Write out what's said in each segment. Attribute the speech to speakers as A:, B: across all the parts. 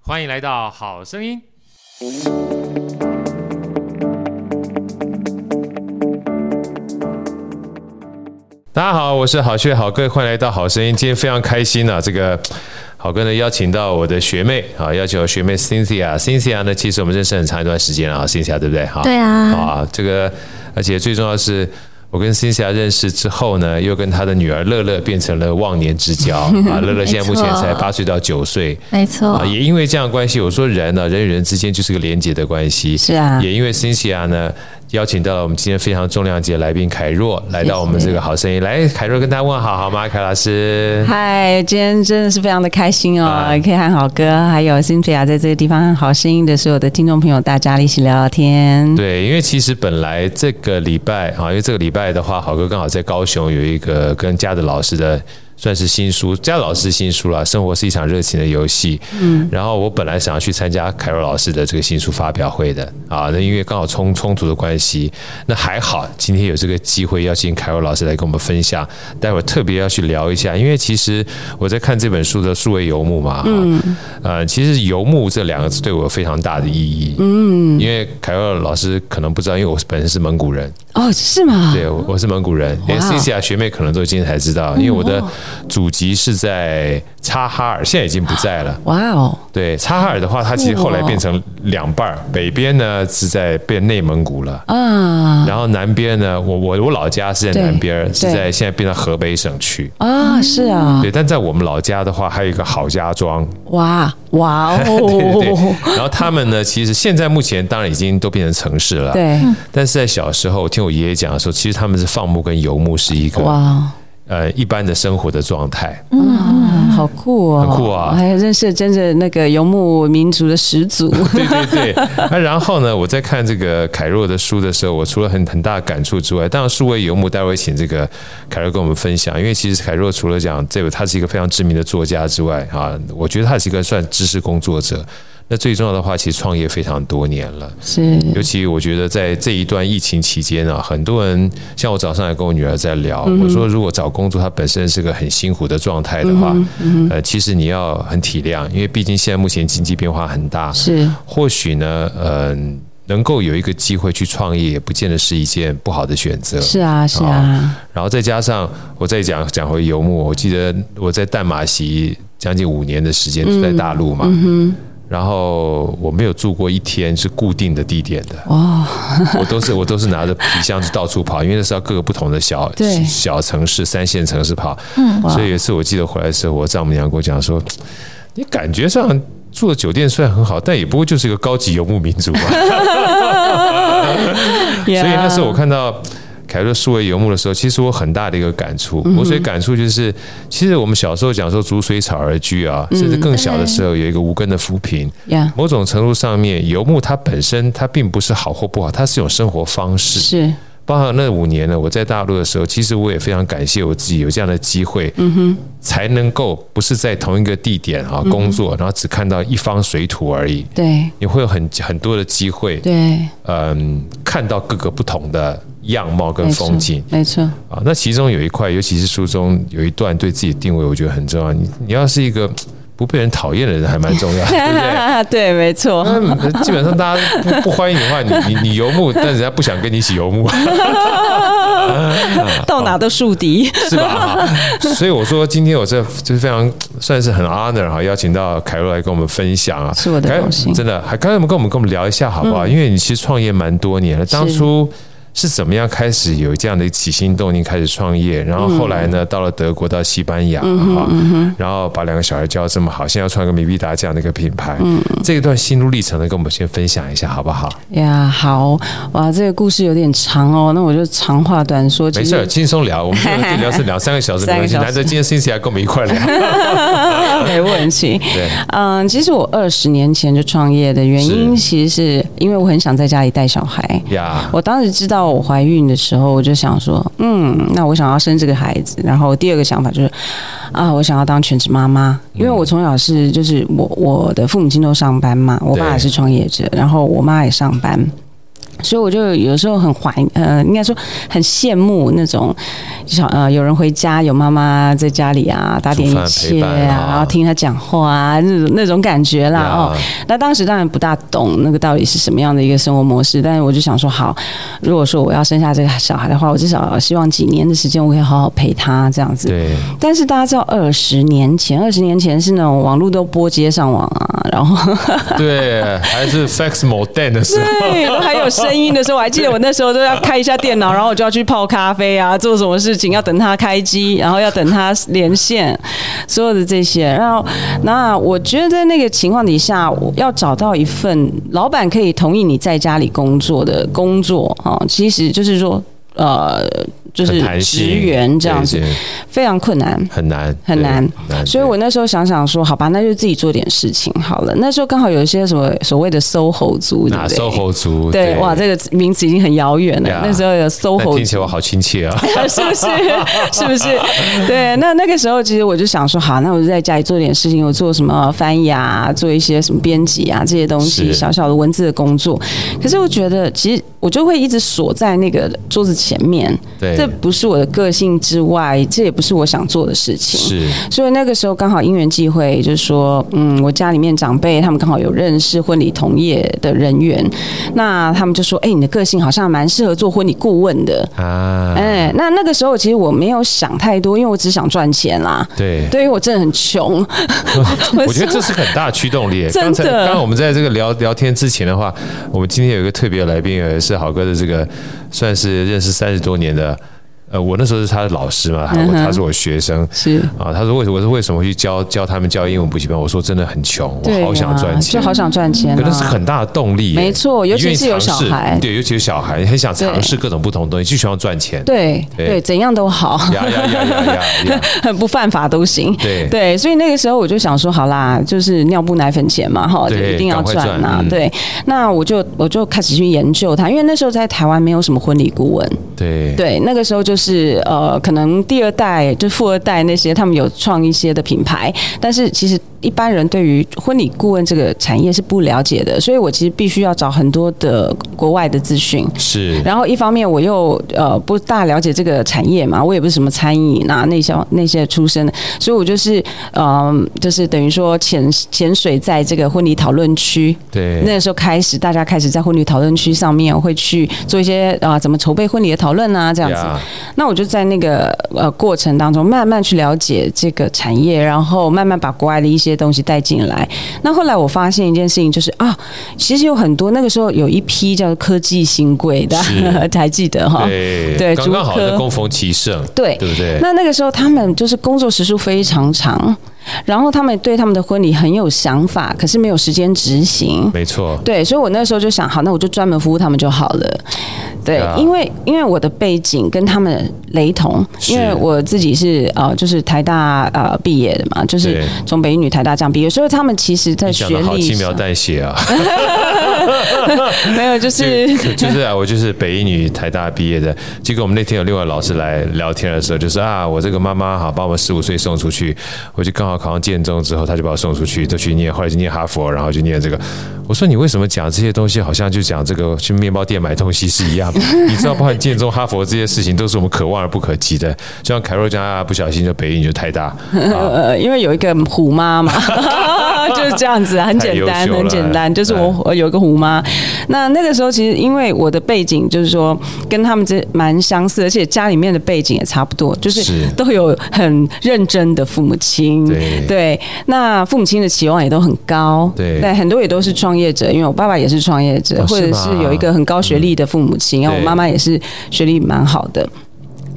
A: 欢迎来到《好声音》。大家好，我是好学好哥，欢迎来到《好声音》。今天非常开心啊，这个好哥呢邀请到我的学妹啊，邀请我学妹 Cynthia。Cynthia 呢，其实我们认识很长一段时间了啊，Cynthia 对不对？哈，
B: 对啊
A: 好啊，这个而且最重要的是。我跟 Cynthia 认识之后呢，又跟她的女儿乐乐变成了忘年之交 啊。乐乐现在目前才
B: 没错
A: 八岁到九岁，
B: 没错
A: 啊，，也因为这样的关系，我说人呢、人与人之间就是个连接的关系。
B: 是啊
A: 也因为 Cynthia 呢，邀请到了我们今天非常重量级的来宾凯若来到我们这个好声音，来，凯若跟大家问好好吗？凯老师。
C: 嗨，今天真的是非常的开心哦，可以和好哥还有 Cynthia 在这个地方和好声音的所有的听众朋友大家一起聊聊天。
A: 对，因为其实本来这个礼拜啊，因为这个礼拜的话，好哥刚好在高雄有一个跟嘉德老师的算是新书，嘉德老师新书啦，《生活是一场热情的游戏》。嗯，然后我本来想要去参加凯若老师的这个新书发表会的啊，那因为刚好冲冲突的关系，那还好今天有这个机会邀请凯若老师来跟我们分享，待会儿特别要去聊一下，因为其实我在看这本书的数位游牧嘛，嗯，呃，其实游牧这两个字对我有非常大的意义，嗯，因为凯若老师可能不知道，因为我本身是蒙古人，
C: 哦，是吗？
A: 对，我我是蒙古人，连 C C 啊学妹可能都今天才知道，因为我的祖籍是在察哈尔，现在已经不在了。
C: 哇哦，
A: 对，察哈尔的话，它其实后来变成两半儿，北边呢是在变内蒙古了，
C: 啊
A: 然后南边呢，我我我老家是在南边，
C: 对
A: 是在现在变到河北省去。
C: 啊，是啊，
A: 对，但在我们老家的话，还有一个郝家庄，
C: 哇哇
A: 对对对
C: 哦，。
A: 然后他们呢，其实现在目前当然已经都变成城市了，。
C: 对，
A: 但是在小时候，我听我爷爷讲的时候，其实他们是放牧跟游牧是一个
C: 哇，哦
A: 呃一般的生活的状态。
C: 嗯，好酷哦，
A: 很酷啊
C: 还有认识了真的那个游牧民族的始祖，
A: 对对对。 那、然后呢，我在看这个凯若的书的时候，我除了很很大的感触之外，当然数位游牧，待会请这个凯若跟我们分享，因为其实凯若除了讲这个他是一个非常知名的作家之外，啊，我觉得他是一个算知识工作者。那最重要的话，其实创业非常多年了。
C: 是
A: 尤其我觉得在这一段疫情期间啊，很多人像我早上也跟我女儿在聊，我说如果找工作，它本身是个很辛苦的状态的话，呃，其实你要很体谅，因为毕竟现在目前经济变化很大，
C: 是，
A: 或许呢，呃，能够有一个机会去创业，也不见得是一件不好的选择。
C: 是啊，是啊，
A: 然后再加上我再讲讲回游牧，我记得我在淡马锡将近五年的时间都在大陆嘛，然后我没有住过一天是固定的地点的，
C: 哇，
A: 我都是我都是拿着皮箱子到处跑，因为那是要各个不同的小
C: 对
A: 小城市、三线城市跑。嗯，所以有一次我记得回来的时候，我丈母娘跟我讲说，你感觉上。住的酒店虽然很好，但也不过就是一个高级游牧民族嘛。
C: 所以
A: 所以那时候我看到凯瑞数位游牧的时候，其实我很大的一个感触。我所以感触就是，其实我们小时候讲说“逐水草而居”啊，甚至更小的时候有一个无根的浮萍。
C: 呀，
A: 某种程度上面，游牧它本身它并不是好或不好，它是一种生活方式。
C: 是
A: 包含那五年呢，我在大陆的时候，其实我也非常感谢我自己有这样的机会，嗯哼，才能够不是在同一个地点啊工作，然后只看到一方水土而已。
C: 对
A: 你会有很很多的机会，
C: 对，
A: 嗯，看到各个不同的样貌跟
C: 没错
A: 风景，
C: 没错。
A: 啊。那其中有一块，尤其是书中有一段对自己定位，我觉得很重要。你你要是一个不被人讨厌的人，还蛮重要的，对不 对？
C: 对，没错，
A: 那基本上大家不不欢迎你的话，你你你游牧，但人家不想跟你一起游牧。
C: 到哪都树 敌。
A: 是吧？所以我说，今天我这就是非常算是很 honor 哈，邀请到凯若来跟我们分享啊，
C: 是我的
A: 凯
C: 荣幸嗯
A: 真的，还刚才我们跟我们跟我们聊一下好不好？因为你其实创业蛮多年了，当初是怎么样开始有这样的起心动念开始创业？然
C: 嗯
A: 后后来呢，到了德国，到西班牙哈，然后把两个小孩教得这么好，现在要创一个米必达这样的一个品牌，
C: 嗯
A: 这一段心路历程呢，跟我们先分享一下好不好？
C: 呀，好哇，这个故事有点长哦，那我就长话短说。
A: 没
C: 其
A: 事
C: 实
A: 儿，轻松聊，我们今天可以聊是聊三个小时没关系，
C: 三个小
A: 难
C: 时
A: 得今天 Cindy 还跟我们一 块聊，
C: 没问 题。
A: 对。
C: 嗯，其实我二十年前就创业的原因，其实是因为我很想在家里带小孩。
A: 呀，
C: 我当时知道我怀孕的时候，我就想说，嗯，那我想要生这个孩子。然后第二个想法就是，啊，我想要当全职妈妈，因为我从小是就是我我的父母亲都上班嘛，我
A: 对
C: 爸也是创业者，然后我妈也上班。所以我就有时候很怀，呃，应该说很羡慕那种小呃，有人回家，有妈妈在家里啊，打点一
A: 煮饭陪
C: 切
A: 伴
C: 啊
A: 啊，
C: 然后听她讲话啊，那种那种感觉啦。哦，那当时当然不大懂那个到底是什么样的一个生活模式，但是我就想说，好，如果说我要生下这个小孩的话，我至少希望几年的时间我可以好好陪他这样子。
A: 对，
C: 但是大家知道，二十年前，二十年前是那种网络都拨接上网啊，然后
A: 对，还是 fax modem 的时候，
C: 对，都还有声音的时候，我还记得我那时候都要开一下电脑，然后我就要去泡咖啡啊，做什么事情要等它开机，然后要等它连线，所有的这些。然后，那我觉得在那个情况底下，我要找到一份老板可以同意你在家里工作的工作啊、哦，其实就是说，呃，就是
A: 很弹性
C: 职员这样子
A: 对对
C: 非常困难。
A: 很难
C: 很
A: 对
C: 难所
A: 对
C: 以我那时候想想说，好吧，那就自己做点事情好了。那时候刚好有一些什么所谓的 SOHO 族，对
A: 那
C: 不对？
A: 搜猴族，
C: 对，哇，这个名词已经很遥远了。
A: Yeah
C: 那时候有
A: 那
C: SOHO
A: 听起来我好亲切 啊，
C: 是不是？是 不是？对，那那个时候其实我就想说，好，那我就在家里做点事情，我做什么翻译啊，做一些什么编辑啊这些东西，
A: 是
C: 小小的文字的工作。可是我觉得，其实我就会一直锁在那个桌子前面，
A: 对，
C: 这不是我的个性之外，这也不是我想做的事情。
A: 是
C: 所以那个时候刚好因缘际会，就是说，嗯，我家里面长辈他们刚好有认识婚礼同业的人员，那他们就说，哎、你的个性好像蛮适合做婚礼顾问的。
A: 啊，
C: 哎、那那个时候其实我没有想太多，因为我只想赚钱啦。
A: 对。
C: 对，因为我真的很 穷，
A: 我
C: 我
A: 觉得这是很大的驱动力。
C: 真的
A: 刚才刚刚我们在这个聊聊天之前的话，我们今天有一个特别来宾，也是好哥的这个算是认识三十多年的，呃，我那时候是他的老师嘛，他
C: 嗯哼
A: 他是我学生。
C: 是
A: 啊，他说为什么我是为什么去教教他们教英文补习班？我说真的很穷，
C: 对
A: 我好想赚
C: 啊
A: 钱
C: 就，好想赚钱、啊，
A: 可能是很大的动力耶。
C: 没错
A: 你
C: 尤其
A: 愿意
C: 是有
A: 尝
C: 小
A: 试
C: 孩
A: 对，尤其是小孩，很想尝
C: 对
A: 试各种不同的东西，就喜欢赚钱。
C: 对
A: 对
C: 对，怎样都好。
A: 呀呀呀呀呀呀！
C: 很不犯法都行。
A: 对
C: 对，所以那个时候我就想说，好啦，就是尿布奶粉钱嘛，哈，就
A: 对
C: 一定要赚
A: 赶快
C: 呐、
A: 赚嗯
C: 对，那我就我就开始去研究它，因为那时候在台湾没有什么婚礼顾问。
A: 对
C: 对，那个时候就是呃，可能第二代就富二代那些，他们有创一些的品牌，但是其实一般人对于婚礼顾问这个产业是不了解的，所以我其实必须要找很多的国外的资讯。
A: 是
C: 然后一方面我又呃不大了解这个产业嘛，我也不是什么餐饮啊那些那些出身的，所以我就是嗯、就是等于说潜潜水在这个婚礼讨论区。
A: 对
C: 那个时候开始，大家开始在婚礼讨论区上面会去做一些啊、怎么筹备婚礼的讨论啊，这样子。
A: 呀
C: 那我就在那个呃过程当中，慢慢去了解这个产业，然后慢慢把国外的一些东西带进来。那后来我发现一件事情，就是啊，其实有很多那个时候有一批叫做科技新贵的
A: 是，
C: 还记得哈？
A: 对
C: 哦对
A: 刚刚好
C: 竹科
A: 的供逢其盛，
C: 对
A: 对不对？
C: 那那个时候他们就是工作时数非常长，然后他们对他们的婚礼很有想法，可是没有时间执行。
A: 没错，
C: 对，所以我那时候就想，好，那我就专门服务他们就好了。对，
A: Yeah
C: 因为因为我的背景跟他们雷同，
A: 是
C: 因为我自己是呃，就是台大呃毕业的嘛，就是
A: 对
C: 从北一女台大这样毕业，所以他们其实在
A: 你
C: 学
A: 讲的好
C: 历
A: 轻描
C: 上
A: 淡写啊，
C: 没有，就是
A: 就就是啊，我就是北一女台大毕业的。结果我们那天有另外老师来聊天的时候，就是啊，我这个妈妈好把我十五岁送出去，我就刚好考上建中之后，她就把我送出去，就去念，后来就念哈佛，然后就念这个。我说你为什么讲这些东西，好像就讲这个去面包店买东西是一样？ 你知道，包括建中、哈佛这些事情，都是我们可望而不可及的。就像凯若讲啊，不小心就北一女就台 大，啊
C: 呃，因为有一个虎 妈嘛， 就是这样子啊，很
A: 太
C: 简
A: 优
C: 单，
A: 秀
C: 很
A: 了
C: 简单。就是
A: 哎
C: 我我有一个虎妈，那那个时候其实因为我的背景就是说跟他们这蛮相似，而且家里面的背景也差不多，就是
A: 是
C: 都有很认真的父母亲，
A: 对
C: 那父母亲的期望也都很高，
A: 对
C: 很多也都是创业者，因为我爸爸也是创业者，
A: 哦
C: 或者
A: 是
C: 是
A: 吗
C: 有一个很高学历的父母亲，然后我
A: 对
C: 妈妈也是学历蛮好的。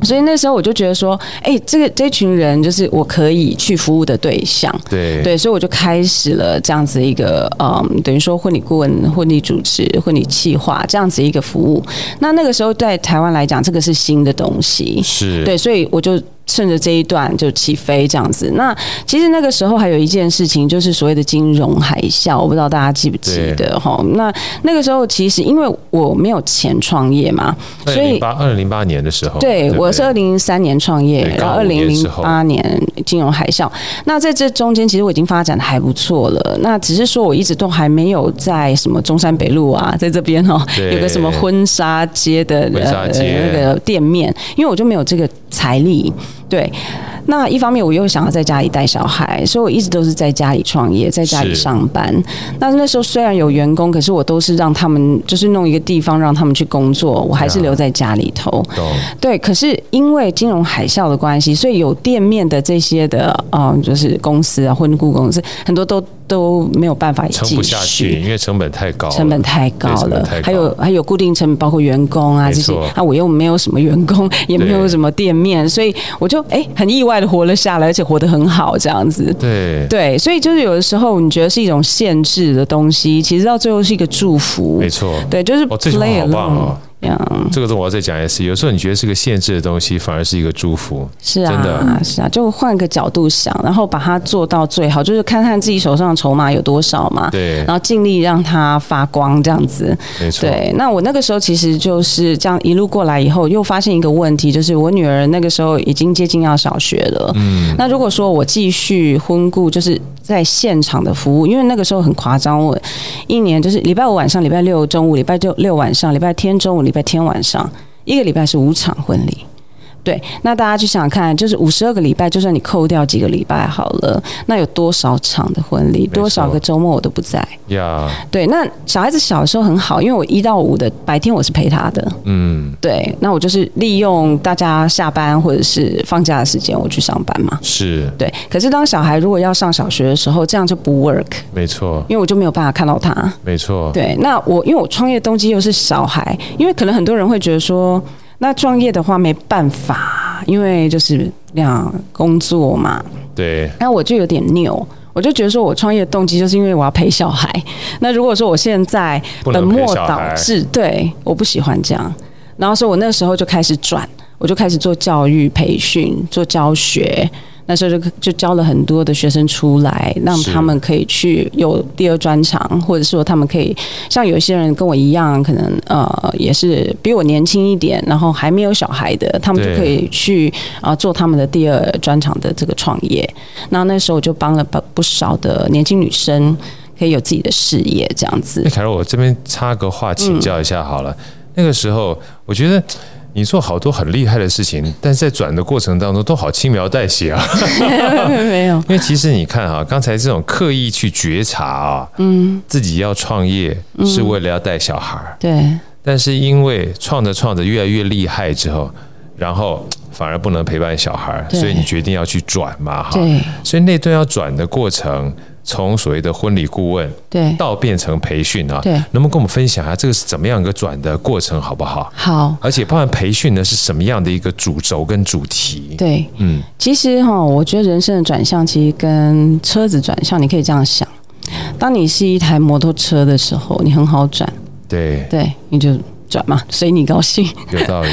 C: 所以那时候我就觉得说，哎、这个这群人就是我可以去服务的对象。
A: 对
C: 对，所以我就开始了这样子一个，嗯，等于说婚礼顾问、婚礼主持、婚礼企划这样子一个服务。那那个时候在台湾来讲，这个是新的东西，
A: 是，
C: 对，所以我就顺着这一段就起飞这样子。那其实那个时候还有一件事情，就是所谓的金融海啸，我不知道大家记不记得哈？那那个时候其实因为我没有钱创业嘛，
A: 二
C: 所
A: 零零
C: 以
A: 八二零零八年的时候，
C: 对
A: 不
C: 我是二零零三年创业
A: 对，
C: 然后
A: 刚
C: 二
A: 五
C: 零
A: 年
C: 零
A: 之后
C: 八年金融海啸。那在这中间，其实我已经发展的还不错了。那只是说我一直都还没有在什么中山北路啊，在这边哦，
A: 对
C: 有个什么婚纱街的呃
A: 婚纱街
C: 那个店面，因为我就没有这个财力。对，那一方面我又想要在家里带小孩，所以我一直都是在家里创业，在家里
A: 是
C: 上班。那那时候虽然有员工，可是我都是让他们就是弄一个地方让他们去工作，我还是
A: 对啊
C: 留在家里头。
A: 懂
C: 对，可是因为金融海啸的关系，所以有店面的这些的，嗯、就是公司啊，婚顾公司，很多都都没有办法
A: 撑
C: 继
A: 不下去，
C: 续。
A: 因为成本太高了，
C: 成本太高
A: 对成本
C: 了，
A: 太高
C: 还有还有固定成本，包括员工啊
A: 没
C: 这些
A: 错
C: 啊，我又没有什么员工，也没有
A: 对
C: 什么店面，所以我就哎、很意外的活了下来，而且活得很好这样子。
A: 对。
C: 对，所以就是有的时候你觉得是一种限制的东西，其实到最后是一个祝福
A: 没。错，
C: 对，就是
A: 哦这句话
C: play
A: 好
C: along，、
A: 棒哦
C: 这样
A: 这个东西我要再讲一次。有时候你觉得是个限制的东西，反而是一个祝福。
C: 是
A: 真
C: 啊
A: 的，
C: 是啊，就换个角度想，然后把它做到最好，就是看看自己手上的筹码有多少嘛，
A: 对
C: 然，后尽力让它发光，这样子。
A: 没错，
C: 对，那我那个时候其实就是这样一路过来以后，又发现一个问题，就是我女儿那个时候已经接近要小学了。嗯，那如果说我继续婚顾，就是在现场的服务，因为那个时候很夸张，我一年就是礼拜五晚上、礼拜六中午、礼拜六六晚上、礼拜天中午、礼拜天晚上，一个礼拜是五场婚礼。对，那大家去想想看，就是五十二个礼拜，就算你扣掉几个礼拜好了，那有多少场的婚礼，
A: 错
C: 多少个周末我都不在。
A: 呀，
C: 对，那小孩子小的时候很好，因为我一到五的白天我是陪他的，
A: 嗯，
C: 对，那我就是利用大家下班或者是放假的时间我去上班嘛，
A: 是
C: 对。可是当小孩如果要上小学的时候，这样就不 work，
A: 没错，
C: 因为我就没有办法看到他。
A: 没错，
C: 对，那我因为我创业动机又是小孩，因为可能很多人会觉得说，那创业的话没办法，因为就是那样工作嘛，
A: 对，
C: 那我就有点拗，我就觉得说我创业动机就是因为我要陪小孩。那如果说我现在
A: 不
C: 本
A: 能陪
C: 末
A: 小
C: 倒
A: 孩，
C: 置，对，我不喜欢这样。然后所以我那时候就开始转，我就开始做教育培训，做教学。那时候就就教了很多的学生出来，让
A: 是
C: 他们可以去有第二专长，或者说他们可以像有一些人跟我一样，可能呃也是比我年轻一点，然后还没有小孩的，他们就
A: 对
C: 可以去啊、呃做他们的第二专长的这个创业。那那时候我就帮了不不少的年轻女生，可以有自己的事业这样子
A: 那。哎凯若，我这边插个话请教一下好了。那个时候，我觉得你做好多很厉害的事情，但是在转的过程当中都好轻描淡写啊。
C: 没有，
A: 因为其实你看啊，刚才这种刻意去觉察啊，嗯，自己要创业
C: 嗯
A: 是为了要带小孩儿，
C: 对，
A: 但是因为创着创着越来越厉害之后，然后反而不能陪伴小孩儿，
C: 对
A: 所以你决定要去转嘛哈。
C: 对，
A: 所以那段要转的过程，从所谓的婚礼顾问
C: 对，
A: 到变成培训啊，
C: 对
A: 能不能跟我们分享一下这个是怎么样一个转的过程，好不好？
C: 好，
A: 而且包含培训呢是什么样的一个主轴跟主题？
C: 对，
A: 嗯，
C: 其实哈，我觉得人生的转向其实跟车子转向，你可以这样想：当你是一台摩托车的时候，你很好转，
A: 对，
C: 对，你就转嘛，随你高兴。
A: 有道理，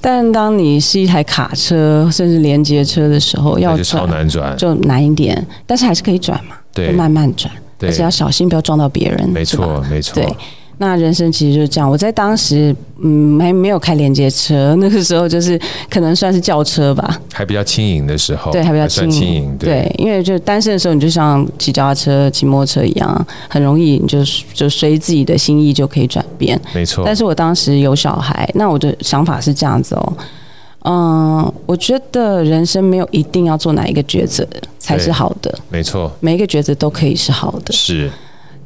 C: 但当你是一台卡车，甚至连接车的时候， 要
A: 那就超
C: 转
A: 难转，
C: 就难一点，但是还是可以转嘛，就
A: 对
C: 慢慢转，而
A: 对，
C: 且要小心，不要撞到别人，
A: 没
C: 是吧
A: 错没错
C: 对，那人生其实就是这样。我在当时，嗯，还没有开连接车， 那个时候就是可能算是轿车吧，
A: 还比较轻盈的时候，
C: 对，还比较
A: 哦算
C: 轻
A: 轻盈，对，
C: 对，因为就单身的时候，你就像骑脚踏车、骑摩托车一样，很容易，你就就随自己的心意就可以转变。
A: 没错，
C: 但是我当时有小孩，那我的想法是这样子哦。嗯，我觉得人生没有一定要做哪一个抉择才是
A: 对
C: 好的，
A: 没错，
C: 每一个抉择都可以是好的。
A: 是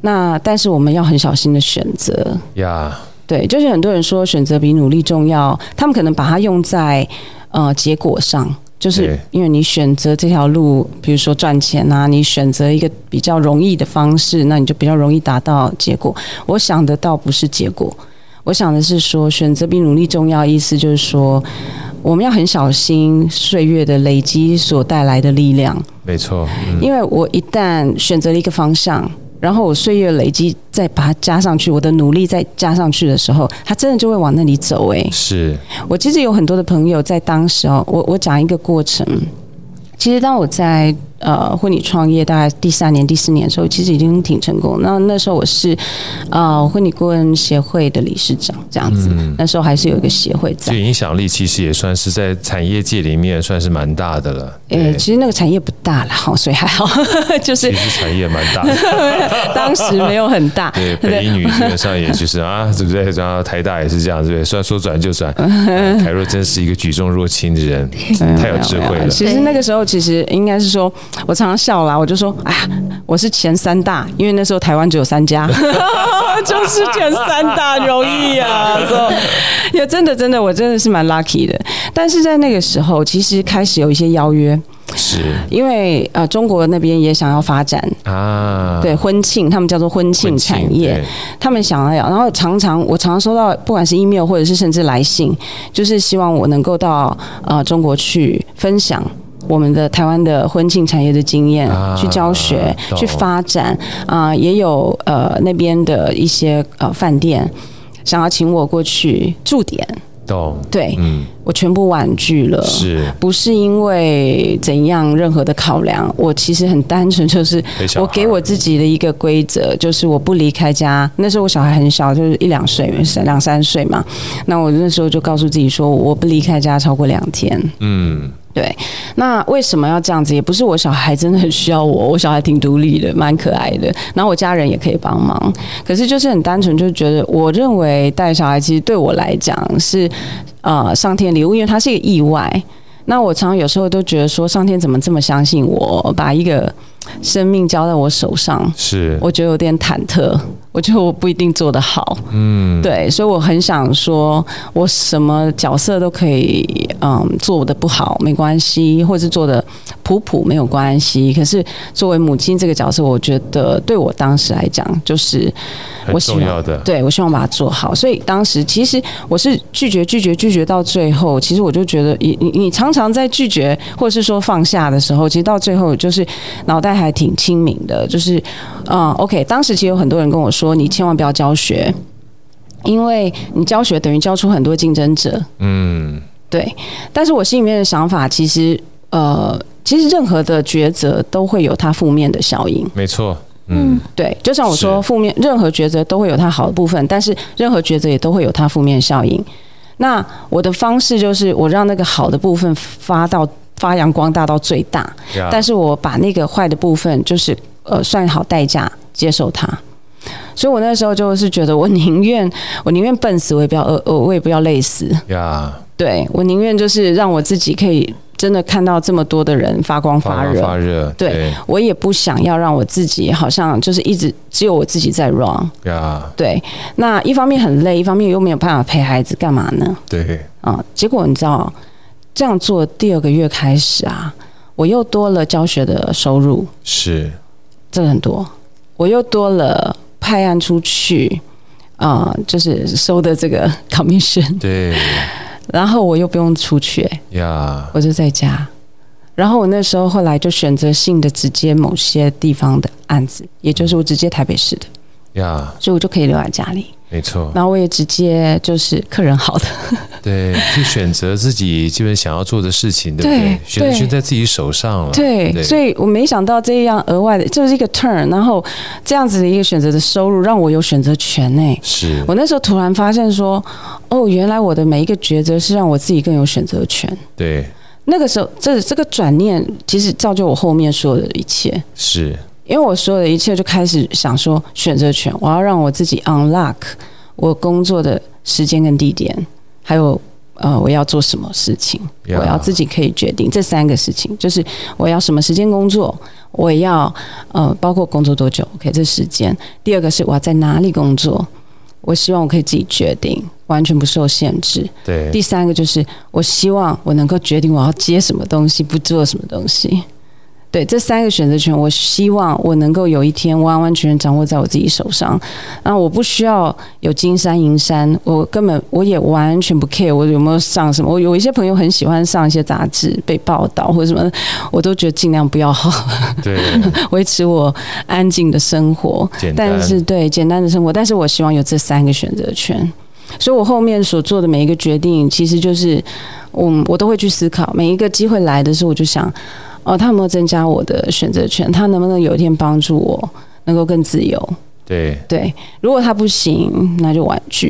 C: 那但是我们要很小心的选择，
A: 呀，
C: 对，就是很多人说选择比努力重要，他们可能把它用在呃结果上，就是
A: 对
C: 因为你选择这条路，比如说赚钱啊，你选择一个比较容易的方式，那你就比较容易达到结果。我想的倒不是结果，我想的是说选择比努力重要，意思就是说我们要很小心岁月的累积所带来的力量，
A: 没错，嗯
C: 因为我一旦选择了一个方向，然后我岁月累积再把它加上去，我的努力再加上去的时候，它真的就会往那里走、欸。诶，
A: 是
C: 我其实有很多的朋友在当时哦，我我讲一个过程。其实当我在呃婚礼创业大概第三年、第四年的时候，其实已经挺成功。那那时候我是呃婚礼顾问协会的理事长这样子，
A: 嗯
C: 那时候还是有一个协会在
A: 这。影响力其实也算是在产业界里面算是蛮大的了。
C: 诶、
A: 对
C: 呃其实那个产业不大啦，哈，所以还好， 就是
A: 其实产业蛮 大的。
C: 当时没有很大。
A: 对，北一女基本上也就是 啊，对不对？然后台大也是这样，对不对？虽然说转就转，凯若真是一个举重若轻的人，
C: 嗯
A: 太有智慧了。
C: 其实那个时候，其实应该是说，我常常笑啦，我就说，哎呀，我是前三大，因为那时候台湾只有三 家，就是前三大容易啊。说，也真的真的，我真的是蛮 lucky 的。但是在那个时候，其实开始有一些邀约，
A: 是
C: 因为呃，中国那边也想要发展。
A: 啊，
C: 对婚庆，他们叫做嗯婚庆
A: 婚庆，
C: 产业，
A: 对
C: 他们想要，然后常常我常常收到，不管是 email 或者是甚至来信，就是希望我能够到呃中国去分享。我们的台湾的婚庆产业的经验，
A: 啊
C: 去教学、
A: 懂
C: 去发展啊、也有呃那边的一些呃饭店想要请我过去驻点，
A: 懂，
C: 对、哦
A: 嗯，
C: 我全部婉拒了。
A: 是
C: 不是因为怎样任何的考量，我其实很单纯， 就是
A: 陪小孩
C: 我给我自己的一个规则，就是我不离开家。那时候我小孩很小，就是一两岁，三两三岁嘛。那我那时候就告诉自己说，我不离开家超过两天。
A: 嗯，
C: 对，那为什么要这样子？也不是我小孩真的很需要我，我小孩挺独立的，蛮可爱的。然后我家人也可以帮忙，可是就是很单纯，就觉得我认为带小孩其实对我来讲是呃上天礼物，因为它是一个意外。那我常常有时候都觉得说，上天怎么这么相信我，把一个生命交在我手上？
A: 是
C: 我觉得有点忐忑，我觉得我不一定做得好，嗯，对，所以我很想说，我什么角色都可以，嗯，做的不好没关系，或是做的普普没有关系。可是作为母亲这个角色，我觉得对我当时来讲，就是
A: 很
C: 我希
A: 重
C: 望
A: 要的。
C: 对我希望把它做好。所以当时其实我是拒绝、拒绝、拒绝到最后，其实我就觉得你你你常常在拒绝或者是说放下的时候，其实到最后就是脑袋还挺清明的，就是嗯，OK。当时其实有很多人跟我说，你千万不要教学。因为你教学等于教出很多竞争者，
A: 嗯，
C: 对。但是我心里面的想法，其实呃，其实任何的抉择都会有它负面的效应。
A: 没错，嗯，
C: 对，就像我说，
A: 是
C: 负面任何抉择都会有它好的部分，但是任何抉择也都会有它负面效应。那我的方式就是，我让那个好的部分发到发扬光大到最大，
A: 呀
C: 但是我把那个坏的部分，就是呃算好代价接受它。所以我那时候就是觉得，我宁愿 我宁愿笨死，我也不要饿，呃我也不要累死。
A: 嗯呀，
C: 对我宁愿就是让我自己可以真的看到这么多的人发光
A: 发
C: 发
A: 光
C: 热，
A: 发热，
C: 对我也不想要让我自己好像就是一直只有我自己在 wrong。
A: 对呀，
C: 对，那一方面很累，一方面又没有办法陪孩子，干嘛呢？
A: 对，
C: 啊、结果你知道，这样做第二个月开始啊，我又多了教学的收入，
A: 是
C: 这个很多，我又多了派案出去。啊、就是收的这个 commission，
A: 对
C: 然后我又不用出去、欸
A: 呀，
C: 我就在家。然后我那时候后来就选择性的直接某些地方的案子，也就是我直接台北市的，
A: 呀，
C: 所以我就可以留在家里。
A: 没错，
C: 然后我也直接就是客人好的，
A: 对，去选择自己基本想要做的事情，对不
C: 对
A: 对？选
C: 对
A: 选在自己手上了，
C: 对，所以我没想到这样额外的就是一个 turn，然后这样子的一个选择的收入让我有选择权呢、
A: 是
C: 我那时候突然发现说，哦，原来我的每一个抉择是让我自己更有选择权。
A: 对，
C: 那个时候，这这个转念其实造就我后面所有的一切。
A: 是
C: 因为我所有的一切就开始想说选择权，我要让我自己 unlock 我工作的时间跟地点，还有呃我要做什么事情，
A: 呀
C: 我要自己可以决定这三个事情，就是我要什么时间工作，我要呃包括工作多久，OK 这时间。第二个是我要在哪里工作，我希望我可以自己决定，完全不受限制。
A: 对，
C: 第三个就是，我希望我能够决定我要接什么东西，不做什么东西。对这三个选择权，我希望我能够有一天完完全全掌握在我自己手上。然后我不需要有金山银山，我根本我也完全不 care 我有没有上什么。我有一些朋友很喜欢上一些杂志被报道或者什么的，我都觉得尽量不要 好，
A: 对，
C: 维持我安静的生活。
A: 简单
C: 但是对简单的生活，但是我希望有这三个选择权。所以我后面所做的每一个决定，其实就是我我都会去思考，每一个机会来的时候，我就想，哦，他有没有增加我的选择权？他能不能有一天帮助我能够更自由？
A: 对
C: 对，如果他不行，那就婉拒；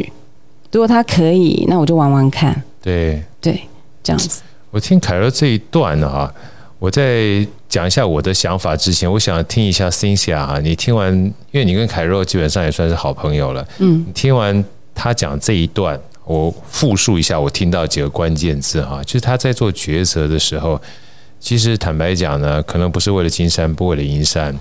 C: 如果他可以，那我就玩玩看。
A: 对。
C: 对，这样子。
A: 我听凯乐这一段啊，我在讲一下我的想法之前，我想听一下 Cynthia 啊，你听完，因为你跟凯乐基本上也算是好朋友了，嗯，你听完他讲这一段，我复述一下我听到几个关键字哈、就是他在做抉择的时候，其实坦白讲呢，可能不是为了金山，不为了银山，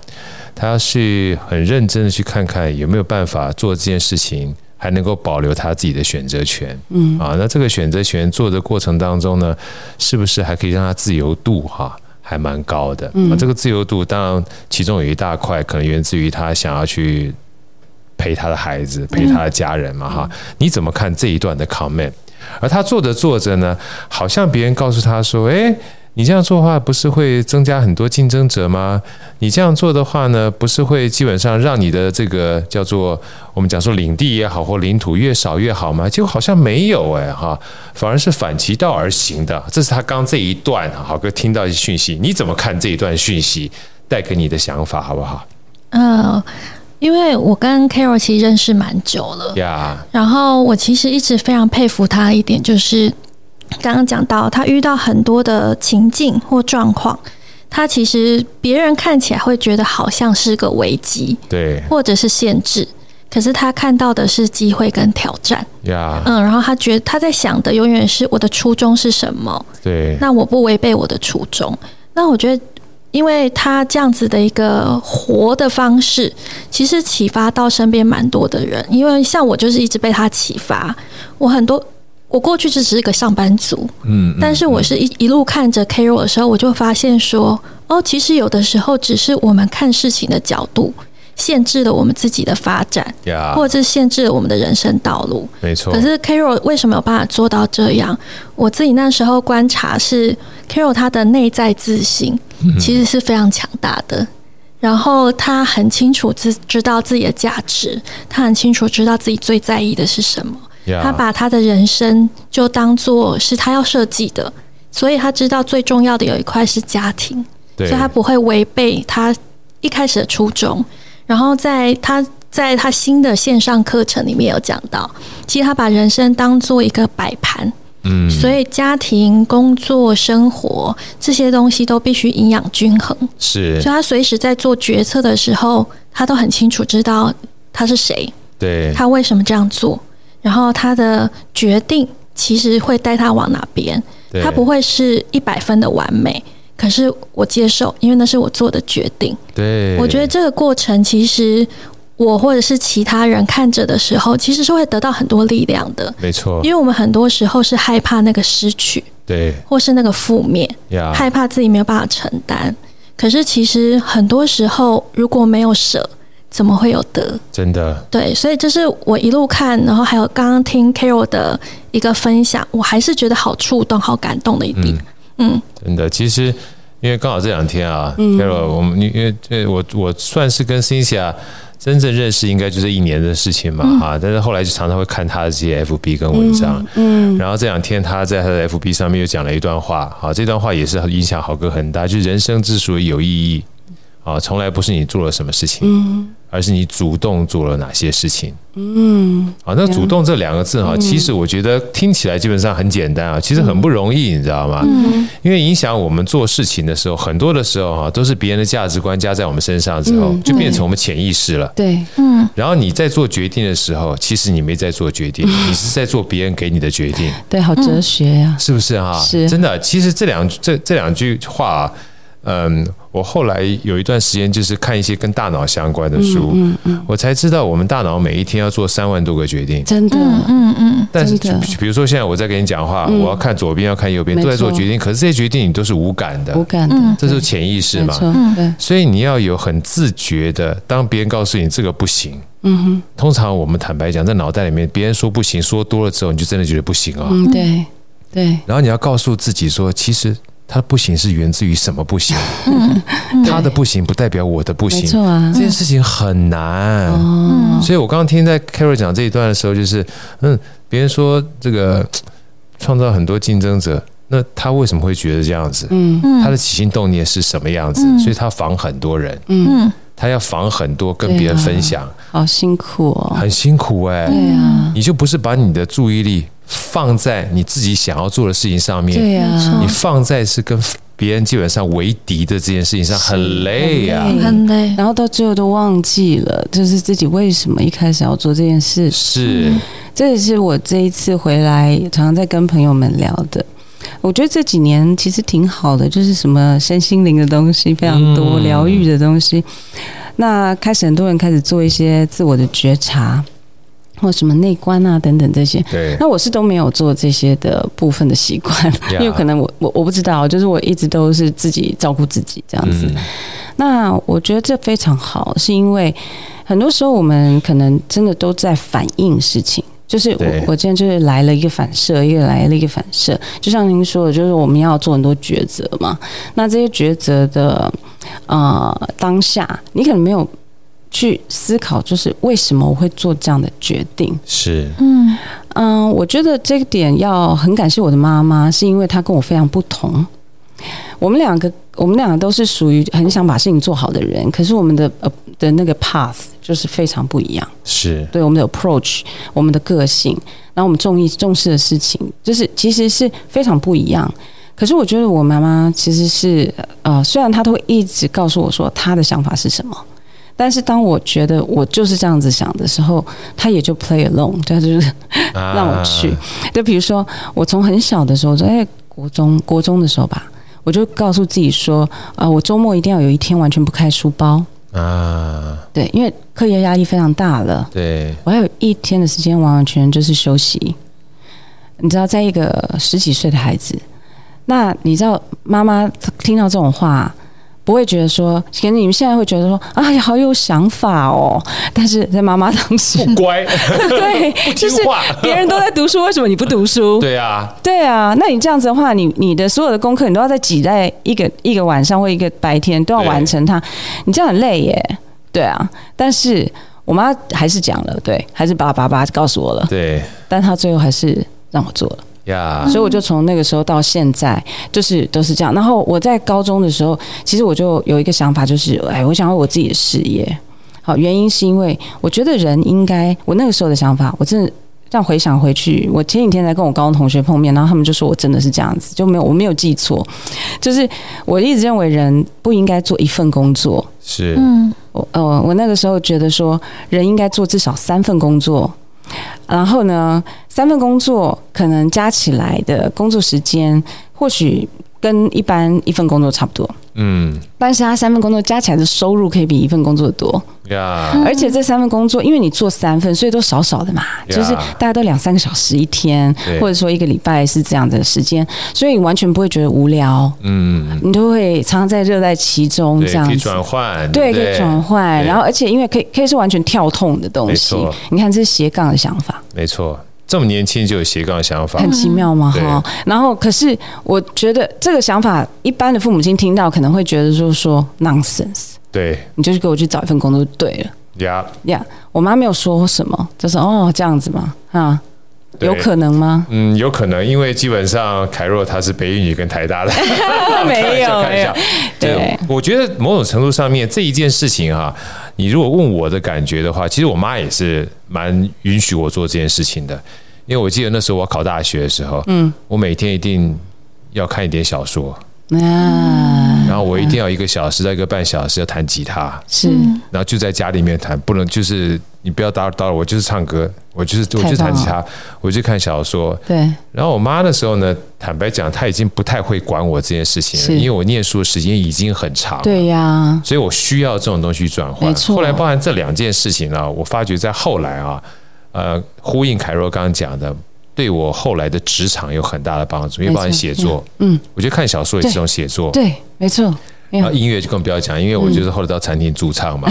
A: 他是很认真的去看看有没有办法做这件事情。还能够保留他自己的选择权，嗯啊，那这个选择权做的过程当中呢，是不是还可以让它自由度哈、还蛮高的？嗯、啊，这个自由度当然其中有一大块可能源自于他想要去陪他的孩子、陪他的家人嘛哈。你怎么看这一段的 comment？而他做着做着呢，好像别人告诉他说：“诶，你这样做的话，不是会增加很多竞争者吗？你这样做的话呢，不是会基本上让你的这个叫做我们讲说领地也好，或领土越少越好吗？结果好像没有诶，哈，反而是反其道而行的。这是他刚这一段啊，好哥听到一些讯息，你怎么看这一段讯息带给你的想法好不好？
B: 呃，因为我跟 Carol 其实认识蛮久了，
A: 呀、
B: 然后我其实一直非常佩服他的一点，就是刚刚讲到他遇到很多的情境或状况，他其实别人看起来会觉得好像是个危机
A: 对
B: 或者是限制，可是他看到的是机会跟挑战。
A: 呀
B: 嗯，然后他觉得他在想的永远是我的初衷是什么，
A: 对
B: 那我不违背我的初衷。那我觉得，因为他这样子的一个活的方式，其实启发到身边蛮多的人。因为像我就是一直被他启发，我很多。我过去只是一个上班族，
A: 嗯，嗯
B: 但是我是一一路看着 Carol 的时候，我就发现说，哦，其实有的时候只是我们看事情的角度限制了我们自己的发展，
A: 呀
B: 或者是限制了我们的人生道路。
A: 没错，
B: 可是 Carol 为什么有办法做到这样？我自己那时候观察是 Carol 她的内在自信其实是非常强大的，然后她很清楚自知道自己的价值，她很清楚知道自己最在意的是什么，
A: 呀
B: 她把她的人生就当做是她要设计的，所以她知道最重要的有一块是家庭，
A: 对
B: 所以他不会违背他一开始的初衷。然后在他在他新的线上课程里面有讲到，其实他把人生当做一个摆盘，
A: 嗯
B: 所以家庭、工作、生活这些东西都必须营养均衡。
A: 是
B: 所以他随时在做决策的时候，他都很清楚知道他是谁，
A: 对
B: 他为什么这样做，然后他的决定其实会带他往哪边。
A: 对
B: 它不会是一百分的完美，可是我接受，因为那是我做的决定。
A: 对，
B: 我觉得这个过程其实我或者是其他人看着的时候，其实是会得到很多力量的，
A: 没错
B: 因，为我们很多时候是害怕那个失去，
A: 对
B: 或是那个负面，
A: 呀
B: 害怕自己没有办法承担。可是其实很多时候，如果没有舍，怎么会有得？
A: 真的
B: 对，所以这是我一路看，然后还有刚刚听 Carol 的一个分享，我还是觉得好触动、好感动的一点。嗯
A: 真的，其实因为刚好这两天啊 c a r o 我们因为这我我算是跟 Cynthia 真正认识，应该就是一年的事情嘛
B: 嗯
A: 哈、但是后来就常常会看她的这些 FB 跟文章，嗯，然后这两天她在她的 FB 上面又讲了一段话，啊，这段话也是影响豪哥很大，就是人生之所以有意义，啊，从来不是你做了什么事情，而是你主动做了哪些事情。嗯，啊，那“主动”这两个字哈，其实我觉得听起来基本上很简单啊，其实很不容易，你知道吗？嗯，因为影响我们做事情的时候，很多的时候哈、都是别人的价值观加在我们身上之后，就变成我们潜意识了。
C: 对，
B: 嗯，
A: 然后你在做决定的时候，其实你没在做决定，你是在做别人给你的决定。
C: 对，好哲学呀、
A: 是不是啊？
C: 是
A: 真的。其实这两这这两句话、啊，嗯，我后来有一段时间就是看一些跟大脑相关的书，嗯嗯，我才知道我们大脑每一天要做三万多个决定。
C: 真的，
B: 嗯嗯，
A: 但是
C: 真的嗯
A: 比如说现在我在跟你讲话，我要看左边，要看右边，
C: 没
A: 都在做
C: 错
A: 决定，可是这些决定你都是无感的
C: 无，感的，
A: 这就是潜意识
C: 没
A: 嘛。
C: 错，对，
A: 所以你要有很自觉的，当别人告诉你这个不行，
C: 嗯哼，
A: 通常我们坦白讲，在脑袋里面，别人说不行，说多了之后，你就真的觉得不行啊。
C: 嗯，对，对，
A: 然后你要告诉自己说，其实他不行是源自于什么不 行，他的不行不代表我的不
C: 没
A: 行，
C: 错啊
A: 这，件事情很难。
C: 哦，
A: 所以我刚刚听在 Carol 讲这一段的时候，就是嗯，别人说这个嘖创造很多竞争者，那他为什么会觉得这样子？
C: 嗯
B: 嗯
A: 他的起心动念是什么样子？所以他防很多人，
C: 嗯，
B: 嗯
A: 他要防很多跟别人分享，
C: 好辛苦嗯哦，
A: 很辛苦哎、
C: 对啊，
A: 你就不是把你的注意力放在你自己想要做的事情上面，
C: 对
B: 没
C: 啊
B: 错
A: 你，放在是跟别人基本上为敌的这件事情上，很累啊呀、
C: 很累
B: 很累，
C: 然后到最后都忘记了，就是自己为什么一开始要做这件事嗯
A: 是，
C: 这也是我这一次回来常常在跟朋友们聊的。我觉得这几年其实挺好的，就是什么身心灵的东西非常多，
A: 嗯
C: 疗愈的东西。那开始很多人开始做一些自我的觉察，或什么内观啊等等这些。
A: 对，
C: 那我是都没有做这些的部分的习惯
A: Yeah
C: 因为可能我我我不知道，就是我一直都是自己照顾自己这样子。
A: 嗯，
C: 那我觉得这非常好，是因为很多时候我们可能真的都在反映事情。就是我
A: 对，
C: 我今天就是来了一个反射，又来了一个反射。就像您说的，就是我们要做很多抉择嘛。那这些抉择的呃当下，你可能没有去思考，就是为什么我会做这样的决定。
A: 是，
B: 嗯
C: 嗯，我觉得这个点要很感谢我的妈妈，是因为她跟我非常不同。我们两个，我们两个都是属于很想把事情做好的人，可是我们的呃的那个 path 就是非常不一样。
A: 是，
C: 对我们的 approach，我们的个性，然后我们重意重视的事情，就是其实是非常不一样。可是我觉得我妈妈其实是呃，虽然她都会一直告诉我说她的想法是什么，但是当我觉得我就是这样子想的时候，她也就 play along，她就是
A: 啊
C: 让我去。就比如说，我从很小的时候，在国中国中的时候吧，我就告诉自己说，啊、我周末一定要有一天完全不开书包，
A: 啊，
C: 对，因为课业压力非常大了，
A: 对，
C: 我还有一天的时间完完全全就是休息。你知道，在一个十几岁的孩子，那你知道妈妈听到这种话。不会觉得说，可能你们现在会觉得说，哎呀，好有想法哦。但是在妈妈当 时，
A: 乖，
C: 对， 就是
A: 听话
C: 别人都在读书，为什么你不读书？
A: 对啊，
C: 对啊，那你这样子的话，你你的所有的功课，你都要在挤在一个一个晚上或一个白天都要完成它，你这样很累耶。对啊，但是我妈还是讲了，对，还是叭叭叭告诉我了，
A: 对
C: 但她最后还是让我做了。
A: 呀，
C: 所以我就从那个时候到现在，就是都是这样。然后我在高中的时候，其实我就有一个想法，就是哎，我想要我自己的事业。好，原因是因为我觉得人应该，我那个时候的想法，我真的。这样回想回去，我前几天才跟我高中同学碰面，然后他们就说我真的是这样子，就没有我没有记错，就是我一直认为人不应该做一份工作，
A: 是，
B: 嗯
C: 我呃，我那个时候觉得说，人应该做至少三份工作，然后呢，三份工作可能加起来的工作时间，或许跟一般一份工作差不多，
A: 嗯
C: 但是他三份工作加起来的收入可以比一份工作多，
A: 呀，
C: 而且这三份工作，因为你做三份，所以都少少的嘛，
A: Yeah
C: 就是大家都两三个小时一天，
A: 对
C: 或者说一个礼拜是这样的时间，所以完全不会觉得无聊，
A: 嗯，
C: 你都会常常在乐在其中
A: 对，
C: 这样
A: 可以
C: 子。
A: 转换，
C: 对，
A: 不
C: 可以转换，
A: 对
C: 然后而且因为可以可以是完全跳痛的东西
A: 没错，
C: 你看这是斜杠的想法，
A: 没错，这么年轻就有斜杠的想法
C: 很，奇妙嘛
A: 对
C: 哈。然后可是我觉得这个想法，一般的父母亲听到可能会觉得说说 nonsense，
A: 对
C: 你就是给我去找一份工作就对了
A: 呀，
C: 呀。我妈没有说什么，就是哦这样子嘛啊，
A: 对
C: 有可能 吗？
A: 嗯，有可能，因为基本上凯若她是北语女跟台大的，
C: 没 有
A: 看
C: 没
A: 一
C: 有
A: 下，，对
C: 对，
A: 我觉得某种程度上面这一件事情哈、你如果问我的感觉的话，其实我妈也是蛮允许我做这件事情的，因为我记得那时候我考大学的时候，嗯，我每天一定要看一点小说，
C: 啊，
A: 然后我一定要一个小时到一个半小时要弹吉他，
C: 是
A: 然后就在家里面弹，不能就是你不要打扰打扰我，就是唱歌，我就是我
C: 太棒
A: 就弹吉他，我就看小说。
C: 对，
A: 然后我妈那时候呢，坦白讲，她已经不太会管我这件事情
C: 是
A: 了，因为我念书的时间已经很长了。
C: 对呀，
A: 所以我需要这种东西转换
C: 没。错
A: 后来包含这两件事情呢、啊我发觉在后来啊，呃，呼应凯若刚刚讲的，对我后来的职场有很大的帮助，因为
C: 没错
A: 包含写作，
C: 嗯，
A: 我觉得看小说也是一种写作。
C: 对，没嗯错，
A: 然后音乐就更不要讲，因为我就是后来到餐厅驻 唱嘛，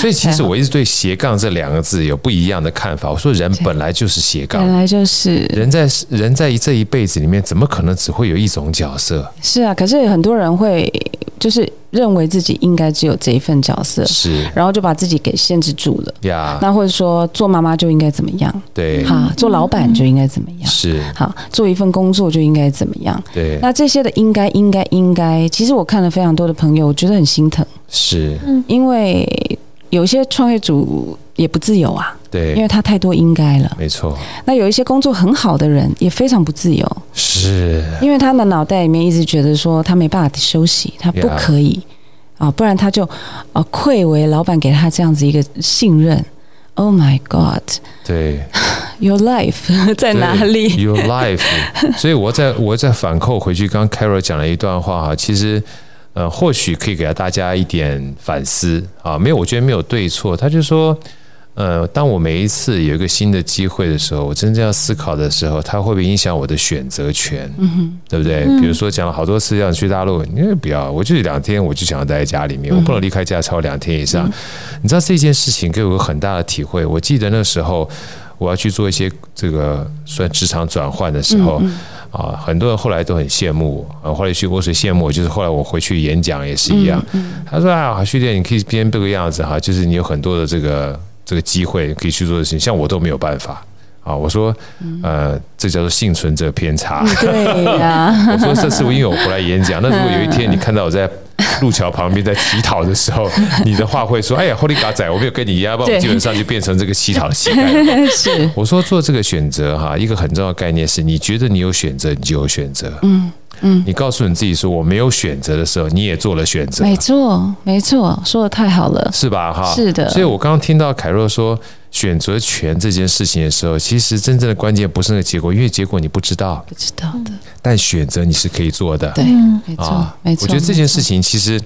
A: 所以其实我一直对斜杠这两个字有不一样的看法。我说人本来就是斜
C: 原
A: 杠，
C: 来就是
A: 人在人在这一辈子里面，怎么可能只会有一种角色？
C: 是啊，可是很多人会就是认为自己应该只有这一份角色，
A: 是啊
C: 然后就把自己给限制住了。
A: 呀，
C: 那或者说做妈妈就应该怎么样，
A: 对，
C: 哈，做老板就应该怎么样，
A: 是，
C: 好，做一份工作就应该怎么样。
A: 嗯对，
C: 那这些的应该应该应该，其实我看了非常多的朋友，我觉得很心疼，
A: 是，
C: 因为有一些创业主也不自由啊，因
A: 对，
C: 为他太多应该了。
A: 没错。
C: 那有一些工作很好的人也非常不自由，
A: 是
C: 因为他的脑袋里面一直觉得说他没办法休息，他不
A: Yeah
C: 可以啊，不然他就啊愧为老板给他这样子一个信任。Oh my God,
A: 对
C: your life 在哪里？
A: ？Your life。所 以我在我在反扣回去，刚刚 Carol 讲了一段话哈，其实呃，或许可以给大家一点反思啊。没有，我觉得没有对错。他就说，呃，当我每一次有一个新的机会的时候，我真正要思考的时候，它会不会影响我的选择权？嗯哼，对不对？比如说讲了好多次要去大陆，你不要，我就两天我就想要待在家里面，我不能离开家超过两天以上。你知道这件事情给我有很大的体会。我记得那时候我要去做一些这个算职场转换的时候，啊，很多人后来都很羡慕我，啊，后来去我所羡慕我，就是后来我回去演讲也是一样。他说啊，训练你可以变这个样子哈、就是你有很多的这个这个机会可以去做的事情，像我都没有办法。啊，我说，呃，这叫做幸存者偏差。
C: 嗯对呀、
A: 我 说这次我因为我回来演讲，那如果有一天你看到我在路桥旁边在乞讨的时 候，你的话会说：“哎呀，Holy 嘎仔，我没有跟你一样，不然
C: 对
A: 我基本上就变成这个乞讨的乞 丐。
C: 是”
A: 我说做这个选择哈，一个很重要的概念是，你觉得你有选择，你就有选择。嗯嗯，你告诉你自己说我没有选择的时候，你也做了选择，
C: 没错，没错，说的太好了。
A: 是吧？哈，
C: 是的
A: 所以我刚刚听到凯若说选择权这件事情的时候，其实真正的关键不是那个结果，因为结果你不知道，
C: 不知道的，
A: 但选择你是可以做的。
C: 对，没错
A: 嗯啊，
C: 没错。
A: 我觉得这
C: 没
A: 件
C: 错
A: 事情其实，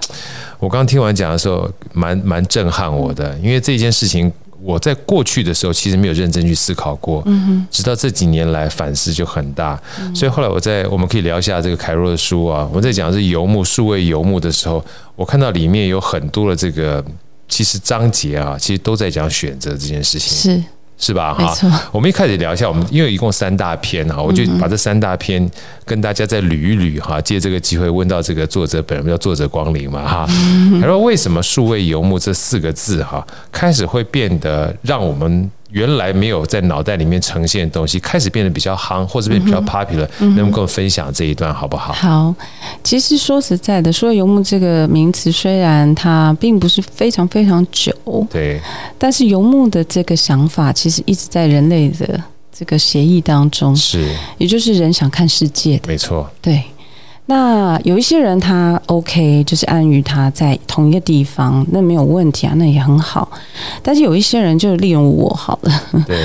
A: 我刚听完讲的时候，蛮蛮震撼我
C: 嗯
A: 的，因为这件事情我在过去的时候其实没有认真去思考过，
C: 嗯
A: 直到这几年来反思就很大，所以后来我在我们可以聊一下这个凯若的书啊，我在讲是游牧数位游牧的时候，我看到里面有很多的这个。其实章节啊，其实都在讲选择这件事情，
C: 是
A: 是吧？
C: 没
A: 哈，
C: 错，
A: 我们一开始聊一下，我们因为一共三大篇啊哈，我就把这三大篇跟大家再捋一捋哈，借这个机会问到这个作者本人，叫作者光临嘛哈。他说为什么“数位游牧”这四个字哈，开始会变得让我们原来没有在脑袋里面呈现的东西，开始变得比较夯，或者变得比较 popular，能不能跟我分享这一段好不好？
C: 好，其实说实在的，说游牧这个名词，虽然它并不是非常非常久，
A: 对，
C: 但是游牧的这个想法，其实一直在人类的这个协议当中，
A: 是
C: 也就是人想看世界的。
A: 没错，
C: 对，那有一些人他 OK，就是安于他在同一个地方，那没有问题啊，那也很好。但是有一些人，就例如我好了，
A: 对，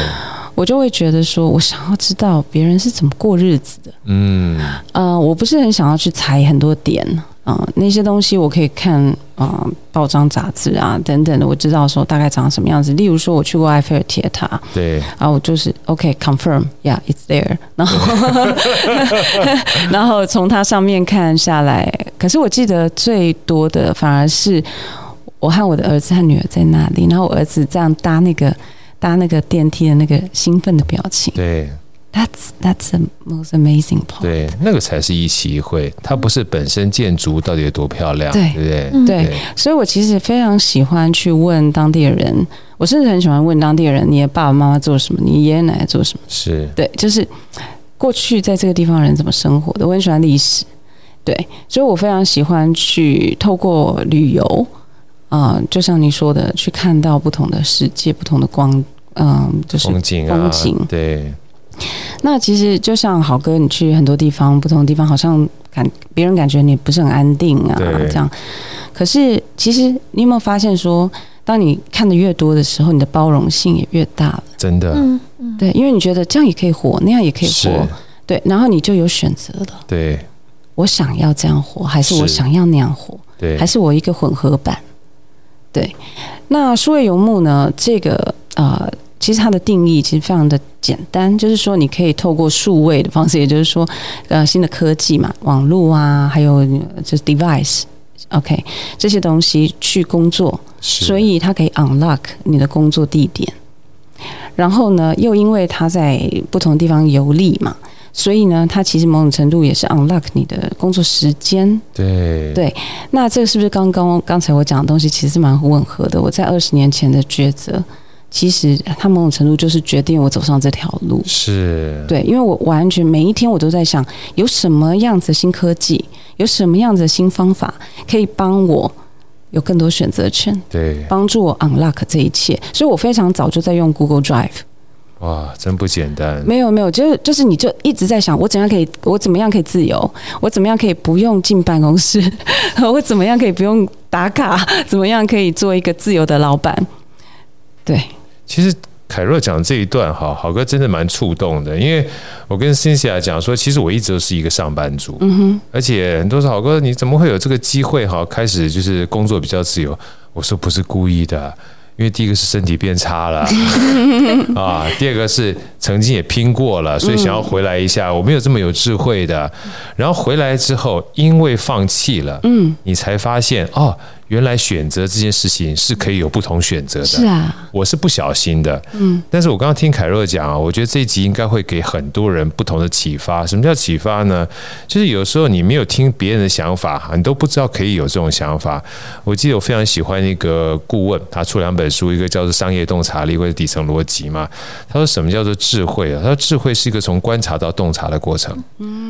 C: 我就会觉得说，我想要知道别人是怎么过日子的。
A: 嗯，
C: 呃，我不是很想要去踩很多点啊、呃那些东西我可以看啊、呃报章杂志啊等等的，我知道说大概长什么样子。例如说，我去过埃菲尔铁塔
A: 对，
C: 啊，我就是 OK confirm，yeah，it's there，然后然后从它上面看下来，可是我记得最多的反而是我和我的儿子和女儿在那里，然后我儿子这样搭那个搭那个电梯的那个兴奋的表情
A: 对，
C: ，That's that's the most amazing part。
A: 对，那个才是一期一会，它不是本身建筑到底有多漂亮，对
C: 对
A: 不对？
B: 嗯
C: 对，所以我其实非常喜欢去问当地的人，我甚至很喜欢问当地的人，你的爸爸妈妈做什么，你爷爷奶奶做什么？
A: 是
C: 对，就是过去在这个地方的人怎么生活的，我很喜欢历史。对，所以我非常喜欢去透过旅游，啊、就像你说的，去看到不同的世界、不同的光，嗯、就是
A: 风景啊，
C: 风景
A: 对
C: 那其实就像好哥，你去很多地方，不同的地方，好像感别人感觉你不是很安定啊，
A: 对
C: 这样。可是其实你有没有发现说，当你看的越多的时候，你的包容性也越大了？
A: 真的、
B: 嗯嗯，
C: 对，因为你觉得这样也可以活，那样也可以
A: 是，
C: 活，对，然后你就有选择了。
A: 对
C: 我想要这样活，还是我
A: 是
C: 想要那样活？
A: 对，
C: 还是我一个混合版。对，那数位游牧呢？这个呃，其实它的定义其实非常的简单，就是说你可以透过数位的方式，也就是说呃新的科技嘛，网络啊，还有呃就是 device。OK，这些东西去工作，
A: 是
C: 所以它可以 unlock 你的工作地点。然后呢，又因为它在不同地方游历嘛，所以呢，它其实某种程度也是 unlock 你的工作时间
A: 对
C: 对那这个是不是刚刚刚才我讲的东西其实是蛮吻合的？我在二十年前的抉择，其实它某种程度就是决定我走上这条路。
A: 是，
C: 对，因为我完全每一天我都在想，有什么样子的新科技，有什么样子的新方法，可以帮我有更多选择权，
A: 对
C: 帮助我 unlock 这一切。所以我非常早就在用 Google Drive。
A: 哇，真不简单，
C: 没有没有，就是就是你就一直在想，我怎样可以，我怎么样可以自由，我怎么样可以不用进办公室， 我怎么样可以不用打卡，怎么样可以做一个自由的老板？对，
A: 其实凯若讲这一段哈，好哥真的蛮触动的，因为我跟辛西亚讲说，其实我一直都是一个上班族，嗯哼，而且很多人说好哥你怎么会有这个机会哈，开始就是工作比较自由？我说不是故意的啊。因为第一个是身体变差了啊，第二个是曾经也拼过了，所以想要回来一下。我没有这么有智慧的，然后回来之后，因为放弃了，嗯，你才发现哦，原来选择这件事情是可以有不同选择的。
C: 啊，
A: 我是不小心的，嗯，但是我刚刚听凯若讲啊，我觉得这一集应该会给很多人不同的启发。什么叫启发呢？就是有时候你没有听别人的想法，你都不知道可以有这种想法。我记得我非常喜欢一个顾问，他出两本书，一个叫做《商业洞察力》或者《底层逻辑》嘛。他说什么叫做智慧啊？他说智慧是一个从观察到洞察的过程。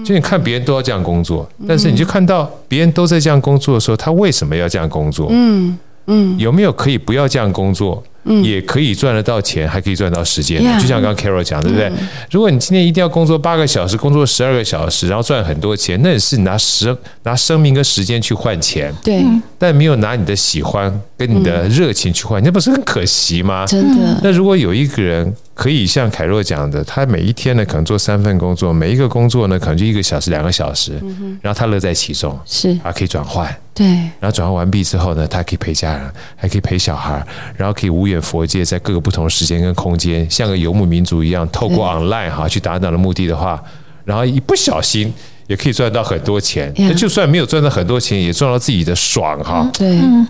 A: 就你看别人都要这样工作，但是你就看到别人都在这样工作的时候，他为什么要这样工作？
C: 嗯嗯，
A: 有没有可以不要这样工作？也可以赚得到钱，还可以赚到时间的。
C: Yeah
A: 就像刚刚 Carol 讲，对不对？如果你今天一定要工作八个小时，工作十二个小时，然后赚很多钱，那也是拿时拿生命跟时间去换钱，
C: 对，
A: 但没有拿你的喜欢跟你的热情去换，那不是很可惜吗？
C: 真的，
A: 那如果有一个人可以像凯若讲的，他每一天呢可能做三份工作，每一个工作呢可能就一个小时、两个小时，
C: 嗯
A: 然后他乐在其中，
C: 是
A: 他可以转换，
C: 对，
A: 然后转换完毕之后呢，他可以陪家人，还可以陪小孩，然后可以无远佛界，在各个不同的时间跟空间，像个游牧民族一样，透过 online 哈去达到的目的的话，然后一不小心也可以赚到很多钱。
C: Yeah
A: 那就算没有赚到很多钱，也赚到自己的爽哈。
C: 对
B: 嗯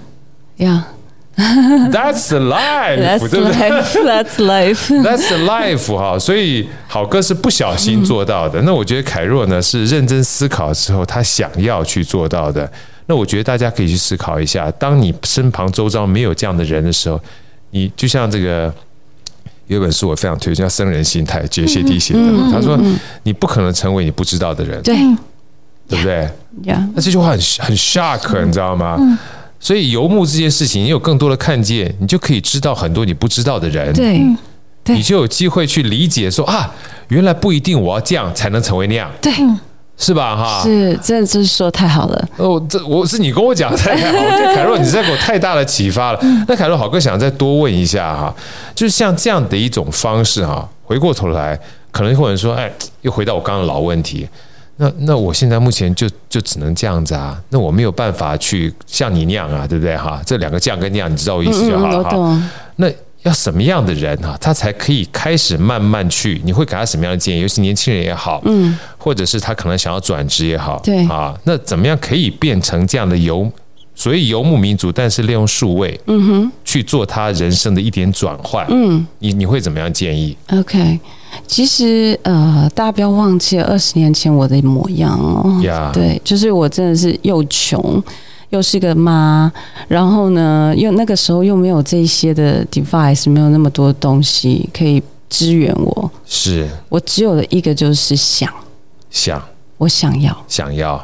C: 呀
A: That's the life，
C: ，That's
A: 对不对
C: life，That's life，
A: ？That's the life 哈，所以好哥是不小心做到的。那我觉得凯若呢是认真思考之后，他想要去做到的。那我觉得大家可以去思考一下，当你身旁周遭没有这样的人的时候，你就像这个有一本书我非常推荐，叫《僧人心态》，杰谢蒂写的嘛。他说，你不可能成为你不知道的人，
C: 嗯对
A: 对不对？
C: 呀，
A: 那这句话很很 shock，你知道吗？
C: 嗯
A: 所以游牧这件事情，你有更多的看见，你就可以知道很多你不知道的人。
C: 对对
A: 你就有机会去理解说啊，原来不一定我要这样才能成为那样，
C: 对，
A: 是吧？哈，
C: 是，真的就是说太好了，
A: 哦，这我是你跟我讲的太好，我觉得凯若你在给我太大的启发了。
C: 嗯
A: 那凯若好哥想再多问一下哈，就是像这样的一种方式哈，回过头来可能会有人说，哎，又回到我刚刚的老问题。那那我现在目前就就只能这样子啊，那我没有办法去像你那样啊，对不对哈？这两个这样跟那样，你知道我意思就好了
C: 嗯我
A: 哈。
C: 懂，
A: 那要什么样的人哈、他才可以开始慢慢去？你会给他什么样的建议？尤其年轻人也好，嗯，或者是他可能想要转职也好，
C: 对
A: 啊，那怎么样可以变成这样的游，所谓游牧民族，但是利用数位，嗯哼，去做他人生的一点转换，嗯，你你会怎么样建议？
C: OK，其实呃，大家不要忘记二十年前我的模样哦。
A: 呀
C: 对，就是我真的是又穷，又是个妈，然后呢，又那个时候又没有这些的 device，没有那么多东西可以支援我。
A: 是
C: 我只有的一个就是想，
A: 想
C: 我想要。
A: 想要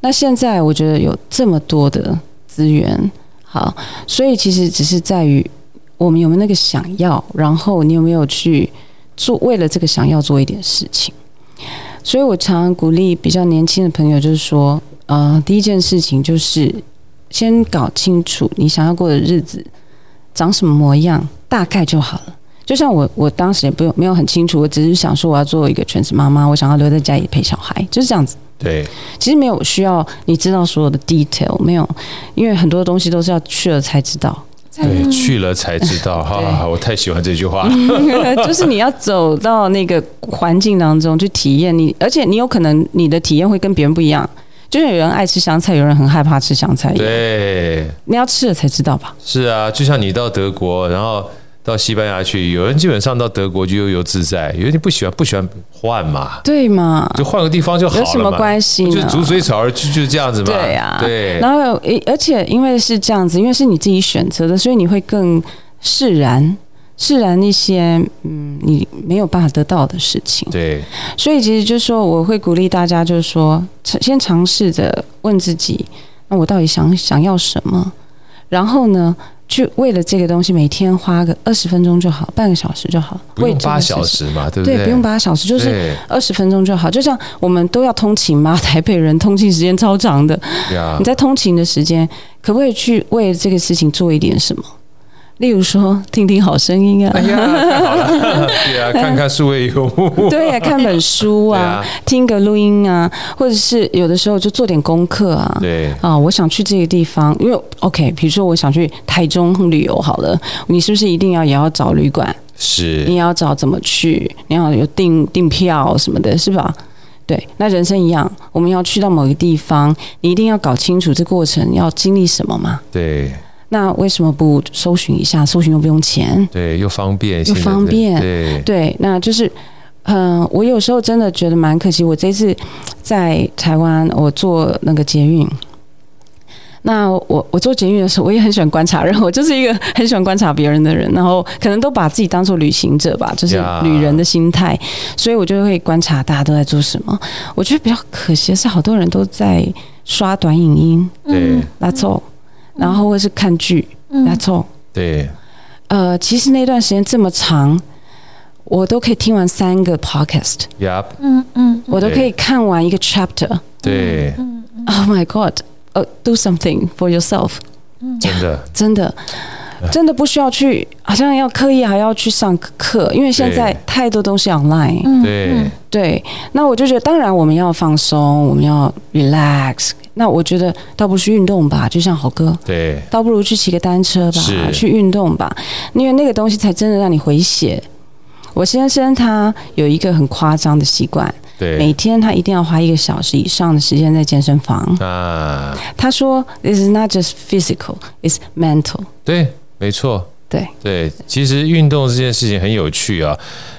C: 那现在我觉得有这么多的资源，好，所以其实只是在于我们有没有那个想要，然后你有没有去做为了这个想要做一点事情。所以我常常鼓励比较年轻的朋友，就是说，呃，第一件事情就是先搞清楚你想要过的日子长什么模样，大概就好了。就像我，我当时也不用没有很清楚，我只是想说我要做一个全职妈妈，我想要留在家里陪小孩，就是这样子。
A: 对，
C: 其实没有需要你知道所有的 detail，没有，因为很多东西都是要去了才知道。
A: 对，去了才知道，哈哈哈！我太喜欢这句话，
C: 就是你要走到那个环境当中去体验你，而且你有可能你的体验会跟别人不一样。就是有人爱吃香菜，有人很害怕吃香菜。
A: 对，
C: 你要吃了才知道吧？
A: 是啊，就像你到德国，然后到西班牙去，有人基本上到德国就悠游自在，有人不喜欢不喜欢换嘛，
C: 对嘛？
A: 就换个地方就好了
C: 啊有
A: 嘛，
C: 什么关系
A: 就
C: 呢？
A: 逐水草而居，就这样子嘛。
C: 对啊，
A: 对，
C: 然后，诶而且因为是这样子，因为是你自己选择的，所以你会更释然，释然一些嗯你没有办法得到的事情。
A: 对，
C: 所以其实就是说，我会鼓励大家，就是说，尝先尝试着问自己，那我到底想想要什么？然后呢，去为了这个东西，每天花个二十分钟就好，半个小时就好，
A: 不
C: 为
A: 用
C: 这个
A: 八
C: 事情
A: 小，时嘛，对不
C: 对，
A: 对，
C: 不用八小时，就是
A: 对
C: 二十分钟就好。就像我们都要通勤嘛，台北人通勤时间超长的，
A: 呀
C: 你，在通勤的时间，可不可以去为这个事情做一点什么？例如说，听听好声音啊，
A: 哎呀，太好 了，对啊，看看数位游牧，
C: 对呀、看本书
A: 对
C: 啊
A: 啊，，
C: 听个录音啊，或者是有的时候就做点功课啊。
A: 对，
C: 啊，我想去这个地方，因为 OK，比如说我想去台中旅游好了，你是不是一定要也要找旅馆？你
A: 是
C: 也要找怎么去？你要有订订票什么的，是吧？对，那人生一样，我们要去到某个地方，你一定要搞清楚这过程要经历什么嘛。
A: 对
C: 那为什么不搜寻一下？搜寻又不用钱，
A: 对，又方便，
C: 又
A: 现在
C: 方
A: 对
C: 便
A: 对
C: 对，那就是，嗯、我有时候真的觉得蛮可惜。我这次在台湾，我坐那个捷运。那我我做捷运的时候，我也很喜欢观察人，我就是一个很喜欢观察别人的人，然后可能都把自己当做旅行者吧，就是
A: 呀
C: 旅人的心态，所以我就会观察大家都在做什么。我觉得比较可惜的是，好多人都在刷短影音
A: 对
C: ，That's all，然后或是看剧
B: 嗯
C: ，That's all，
A: 对，
C: 呃，其实那段时间这么长，我都可以听完三个 podcast，
A: 呀，
B: 嗯嗯，
C: 我都可以看完一个 chapter。
A: 对，
C: Oh my god！呃、d o something for yourself，
A: 真的，
C: 真的，真的不需要去，好像要刻意还要去上课，因为现在
A: 对
C: 太多东西 online。
A: 嗯对
C: 对，那我就觉得，当然我们要放松，我们要 relax。那我觉得倒不是运动吧，就像好哥，
A: 对
C: 倒不如去骑个单车吧
A: 是，
C: 去运动吧，因为那个东西才真的让你回血。我先生他有一个很夸张的习惯，
A: 对
C: 每天他一定要花一个小时以上的时间在健身房。
A: 啊，
C: 他说，It's not just physical, it's mental。
A: 对，没错。
C: 对
A: 对，其实运动这件事情很有趣啊。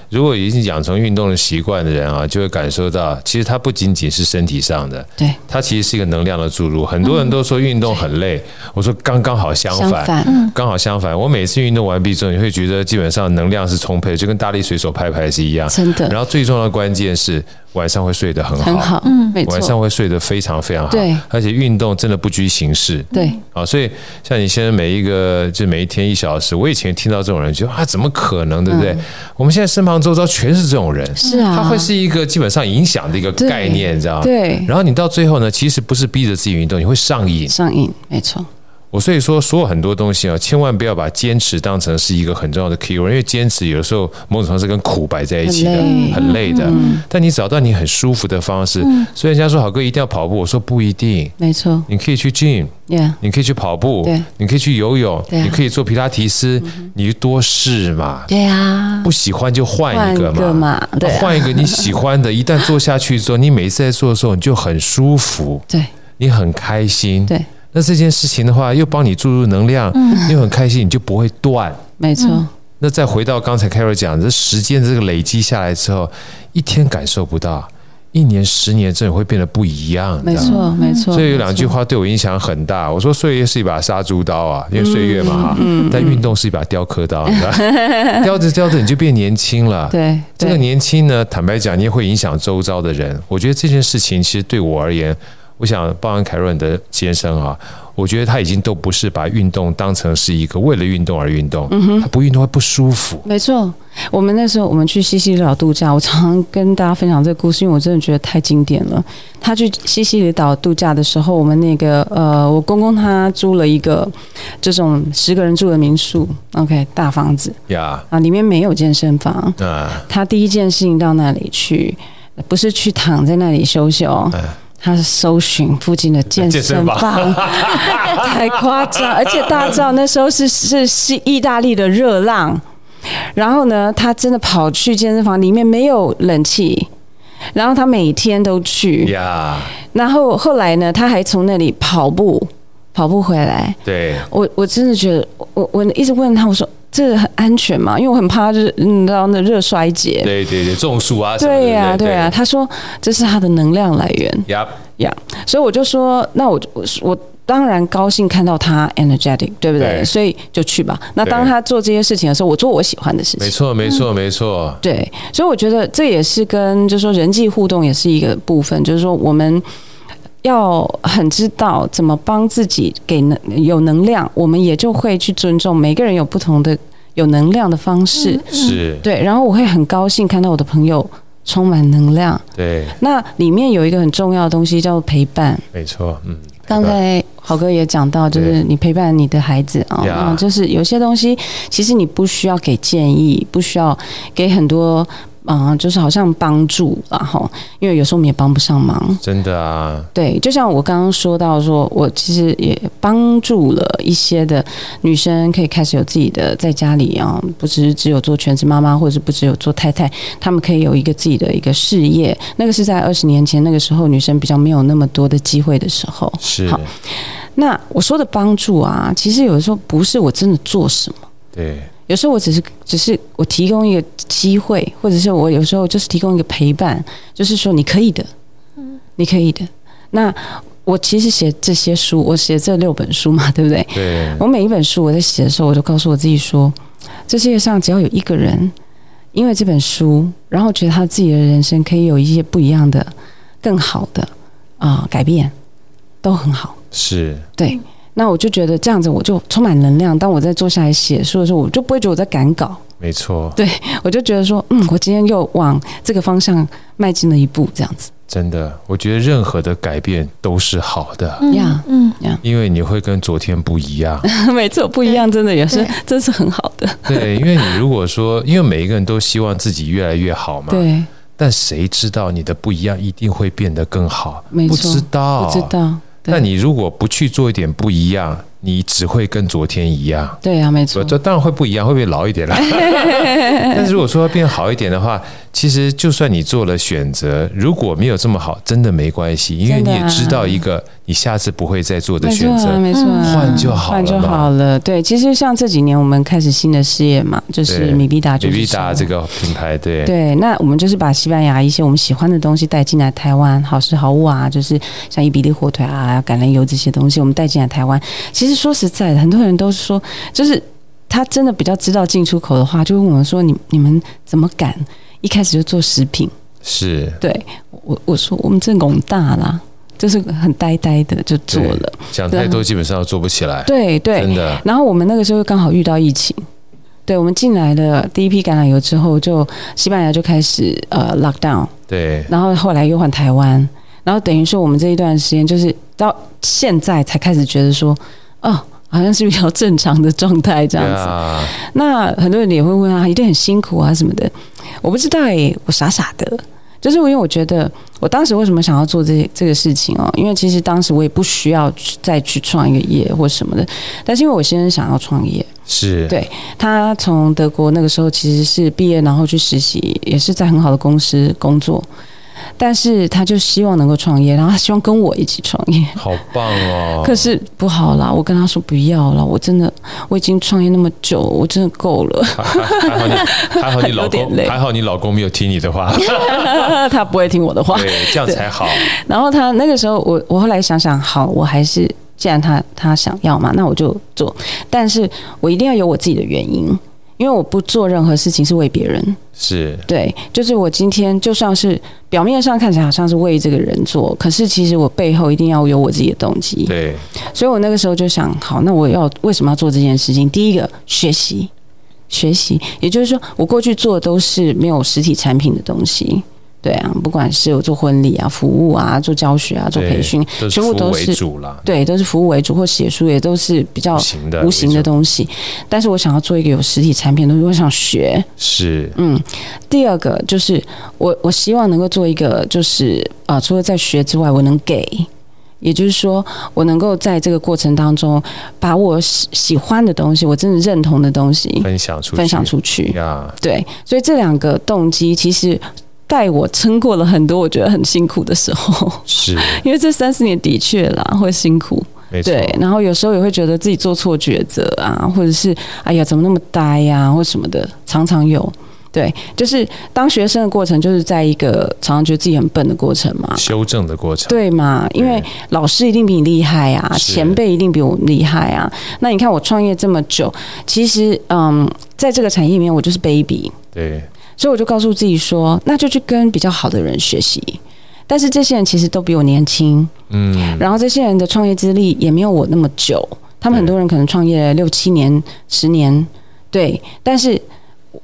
A: 如果已经养成运动的习惯的人啊，就会感受到，其实它不仅仅是身体上的，
C: 对，
A: 它其实是一个能量的注入。很多人都说运动很累，我说刚刚好相
C: 嗯相
A: 反，嗯
C: 反，嗯
A: 刚好相反。我每次运动完毕之后，你会觉得基本上能量是充沛，就跟大力水手拍拍是一样。
C: 真的
A: 然后最重要的关键是晚上会睡得很好，
C: 很好，没
A: 晚
C: 错，
A: 上会睡得非常非常好。
C: 对
A: 而且运动真的不拘形式。
C: 对，
A: 啊，所以像你现在每一个就每一天一小时，我以前听到这种人，觉得啊，怎么可能，对不对？我们现在身旁周遭全是这种人，
C: 是嗯啊，
A: 他会是一个基本上影响的一个
C: 对
A: 概念，你知道吗？
C: 对
A: 然后你到最后呢，其实不是逼着自己运动，你会上瘾。
C: 上瘾，没错，
A: 我所以说，所有很多东西啊，千万不要把坚持当成是一个很重要的 key word，因为坚持有时候某种程度是跟苦摆在一起的，
C: 很
A: 很
C: 累
A: 累
C: 嗯
A: 的。嗯但你找到你很舒服的方式，所以人家说好哥一定要跑步，我说不一定，
C: 没错
A: 你可以去 gym，
C: ，Yeah，
A: 你可以去跑步
C: 对，
A: 你可以去游泳，
C: 对啊嗯
A: 你可以做皮拉提斯，你就多试嘛。
C: 对啊，
A: 不喜欢就换
C: 换
A: 一
C: 一
A: 个嘛，
C: 个嘛，对啊，
A: 换一个你喜欢 的。一旦做下去之后，你每一次在做的时候，你就很舒服，
C: 对
A: 你很开心。
C: 对，嗯
A: 那这件事情的话，又帮你注入能量，又很开心，你就不会断。
C: 没错，
A: 那再回到刚才 Carol 讲，这时间这个累积下来之后，一天感受不到，一年、十年，这会变得不一样。
C: 没
A: 你知道吗
C: 错，没错。
A: 所以有两
C: 没错
A: 句话对我影响很大。我说岁月是一把杀猪刀啊，因为岁
C: 嗯
A: 月嘛哈，但运动是一把雕刻刀，你知道 雕着雕着你就变年轻了。
C: 对
A: 这个
C: 对
A: 年轻呢，坦白讲，你也会影响周遭的人。我觉得这件事情其实对我而言，我想鲍安凯润的先生啊，我觉得他已经都不
C: 嗯
A: 是把运动当成是一个为了运动而运动，他不运动会不舒服。
C: 没错，我们那时候我们去西西里岛度假，我常常跟大家分享这个故事，因为我真的觉得太经典了。他去西西里岛度假的时候，我们那个呃，我公公他租了一个这种十个人住的民宿，OK 大房子
A: 呀，
C: 啊，里面没有健身房。
A: 啊，
C: 他第一件事情到那里去，不是去躺在那里休息哦。
A: 哎
C: 他是搜寻附近的健
A: 健身
C: 身
A: 房
C: 房， 太夸张！而且大家知道那时候是是是意大利的热浪，然后呢，他真的跑去健身房，里面没有冷气，然后他每天都去，
A: 呀，
C: 然后后来呢，他还从那里跑步跑步回来，
A: 对，
C: 我我真的觉得，我我一直问他，我说这很安全吗？因为我很怕就是嗯你知道那热衰竭。
A: 对对对，种树啊什么的，
C: 对呀、
A: 不
C: 对呀、他说这是他的能量来源
A: 呀，
C: 呀所以我就说，那我就我我当然高兴看到他 energetic，对不对？
A: 对
C: 所以就去吧。那当
A: 对
C: 他做这些事情的时候，我做我喜欢的事
A: 没
C: 情。
A: 错没错没错，
C: 对，所以我觉得这也是跟就是说人际互动也是一个部分，就是说我们要很知道怎么帮自己给能有能量，我们也就会去尊重每个人有不同的有能量的方式。
A: 嗯是，
C: 对，然后我会很高兴看到我的朋友充满能量。
A: 对，
C: 那里面有一个很重要的东西叫做陪伴。
A: 没错，嗯，
C: 刚才豪哥也讲到，就是
A: 对
C: 你陪伴你的孩子啊，
A: Yeah
C: 那就是有些东西其实你不需要给建议，不需要给很多。嗯、就是好像帮助啦，然后因为有时候我们也帮不上忙。
A: 真的啊，
C: 对，就像我刚刚说到说我其实也帮助了一些的女生，可以开始有自己的在家里啊，不只是只有做全职妈妈，或者是不只有做太太，她们可以有一个自己的一个事业。那个是在二十年前，那个时候女生比较没有那么多的机会的时候。
A: 是，
C: 好那我说的帮助啊，其实有的时候不是我真的做什么，
A: 对，
C: 有时候我只是只是我提供一个机会，或者是我有时候就是提供一个陪伴，就是说你可以的，你可以的。那我其实写这些书，我写这六本书嘛，对不对？
A: 对，
C: 我每一本书我在写的时候，我都告诉我自己说，这世界上只要有一个人，因为这本书，然后觉得他自己的人生可以有一些不一样的、更好的啊、改变，都很好。
A: 是，
C: 对，那我就觉得这样子，我就充满能量。当我在坐下来写书的时候，我就不会觉得我在赶稿，
A: 没错，
C: 我就觉得说，嗯，我今天又往这个方向迈进了一步，这样子。
A: 真的，我觉得任何的改变都是好的，
B: 嗯
C: 呀
B: 嗯，
A: 因为你会跟昨天不一 样。
C: 没错，不一样，真的也是，真是很好的。
A: 对，因为你如果说，因为每一个人都希望自己越来越好嘛，
C: 对，
A: 但谁知道你的不一样一定会变得更好？
C: 没
A: 不
C: 错
A: 知道，
C: 不知。道。对
A: 那你如果不去做一点不一样，你只会跟昨天一样。
C: 对啊，没错
A: 这，这当然会不一样，会不会老一 点了？但是如果说要变好一点的话，其实就算你做了选择，如果没有这么好，真的没关系，因为
C: 真
A: 你
C: 的啊
A: 也知道一个你下次不会再做的
C: 没错
A: 选择
C: 啊，。没错啊，
B: 嗯
A: 换就好了
C: 换就
A: 嘛
C: 好了。对，其实像这几年我们开始新的事业嘛，就是
A: 对
C: 米必达，
A: 比比达这。个品牌，对
C: 对，那我们就是把西班牙一些我们喜欢的东西带进来台湾，好吃好物啊，就是像伊比利火腿啊、橄榄油这些东西，我们带进来台湾。其实说实在的，很多人都说，就是他真的比较知道进出口的话，就问我们说：“你你们怎么敢一开始就做食品
A: 是？”
C: 对我我说我们这拱大啦，就是很呆呆的就做
A: 对
C: 了。
A: 想太多，基本上做不起来。
C: 对对，
A: 真的
C: 然后我们那个时候刚好遇到疫情，对我们进来的第一批橄榄油之后，就西班牙就开始呃 lock down，
A: 对
C: 然后后来又换台湾，然后等于说我们这一段时间就是到现在才开始觉得说，哦，好像是比较正常的状态这样子。
A: 呀
C: 那很多人也会问啊，一定很辛苦啊什么的，我不知道诶、我傻傻的。就是因为我觉得，我当时为什么想要做这这个事情哦？因为其实当时我也不需要去再去创一个业或什么的，但是因为我先生想要创业，
A: 是，
C: 对他从德国那个时候其实是毕业，然后去实习，也是在很好的公司工作，但是他就希望能够创业，然后他希望跟我一起创业，
A: 好棒哦！
C: 可是不好啦，我跟他说不要了，我真的我已经创业那么久，我真的够 了。
A: 还还还好你，还好你老
C: 有点
A: 公，
C: 累
A: 还好你老公没有听你的话，
C: 他不会听我的话。
A: 对，这样才好。
C: 然后他那个时候我，我后来想想，好，我还是既然他他想要嘛，那我就做，但是我一定要有我自己的原因，因为我不做任何事情是为别人。
A: 是
C: 对，就是我今天就算是表面上看起来好像是为这个人做，可是其实我背后一定要有我自己的动机。
A: 对，
C: 所以我那个时候就想，好，那我要为什么要做这件事情？第一个学习，学习，也就是说，我过去做的都是没有实体产品的东西。对啊，不管是我做婚礼啊、服务啊、做教学啊、做培训，
A: 对
C: 全部都
A: 是服务为
C: 是
A: 主啦，
C: 对，都是服务为主，或写书也都是比较
A: 无形的
C: 哦无形
A: 为
C: 的
A: 主
C: 东西。但是我想要做一个有实体产品的东西，我想学。
A: 是
C: 嗯，第二个就是我我希望能够做一个，就是啊、呃除了在学之外，我能给，也就是说，我能够在这个过程当中，把我喜喜欢的东西，我真的认同的东西
A: 分享出去
C: 嗯分享出去。
A: 呀，
C: 对，所以这两个动机其实带我撑过了很多我觉得很辛苦的时候，
A: 是
C: 因为这三四年的确啦会辛苦。
A: 没错，
C: 对，然后有时候也会觉得自己做错抉择啊，或者是哎呀怎么那么呆呀、或什么的，常常有。对，就是当学生的过程，就是在一个常常觉得自己很笨的过程嘛。
A: 修正的过程，
C: 对嘛？因为
A: 对
C: 老师一定比你厉害啊，
A: 是
C: 前辈一定比我厉害啊。那你看我创业这么久，其实嗯，在这个产业里面，我就是 baby，
A: 对
C: 所以我就告诉自己说，那就去跟比较好的人学习。但是这些人其实都比我年轻，
A: 嗯，
C: 然后这些人的创业资历也没有我那么久，他们很多人可能创业六七年、十年，对。但是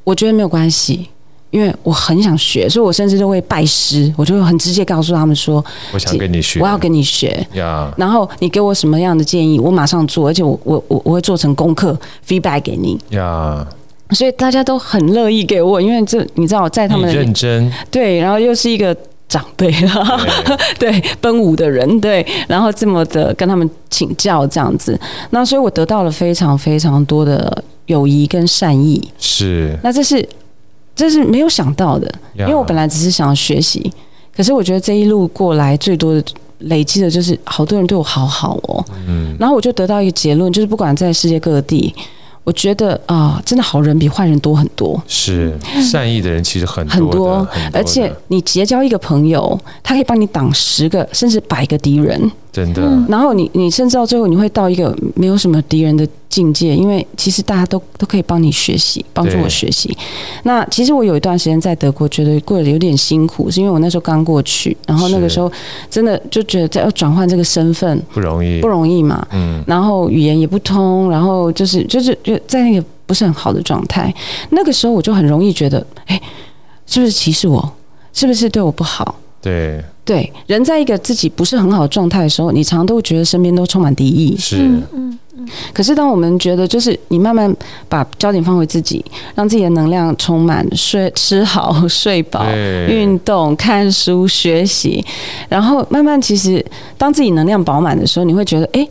C: 我觉得没有关系，因为我很想学，所以我甚至就会拜师，我就会很直接告诉他们说，
A: 我想跟你学，
C: 我要跟你学。
A: 呀，
C: 然后你给我什么样的建议，我马上做，而且我我我我会做成功课 feedback 给你，
A: 呀，
C: 所以大家都很乐意给我，因为这你知道我在他
A: 你
C: 们的
A: 认 真，
C: 对，然后又是一个长辈啦， 对，奔五的人，对，然后这么的跟他们请教这样子，那所以我得到了非常非常多的友谊跟善意，
A: 是，
C: 那这是这是没有想到的，
A: 因
C: 因为我本来只是想学习，可是我觉得这一路过来最多的。累积的就是好多人对我好好哦，
A: 嗯
C: 然后我就得到一个结论，就是不管在世界各地，我觉得啊、真的好人比坏人多很多。
A: 是善意的人其实很
C: 嗯很
A: 多的，
C: 多
A: 很多
C: 而且
A: 的
C: 你结交一个朋友，他可以帮你挡十个甚至百个敌人，
A: 真的
B: 嗯
C: 然后你你甚至到最后你会到一个没有什么敌人的境界，因为其实大家都都可以帮你学习，帮助
A: 对
C: 我学习。那其实我有一段时间在德国觉得过得有点辛苦，是因为我那时候刚过去，然后那个
A: 是
C: 时候真的就觉得哎在要转换这个身份
A: 不容易
C: 不，容易嘛，
A: 嗯，
C: 然后语言也不通，然后就是就是就在那个不是很好的状态。那个时候我就很容易觉得，哎，是不是歧视我？是不是对我不好？
A: 对，
C: 对，人在一个自己不是很好的状态的时候，你常常都会觉得身边都充满敌意。
A: 是
B: 嗯嗯
C: 可是当我们觉得，就是你慢慢把焦点放回自己，让自己的能量充满，睡吃好睡饱，
A: 对
C: 运动、看书、学习，然后慢慢其实当自己能量饱满的时候，你会觉得，诶，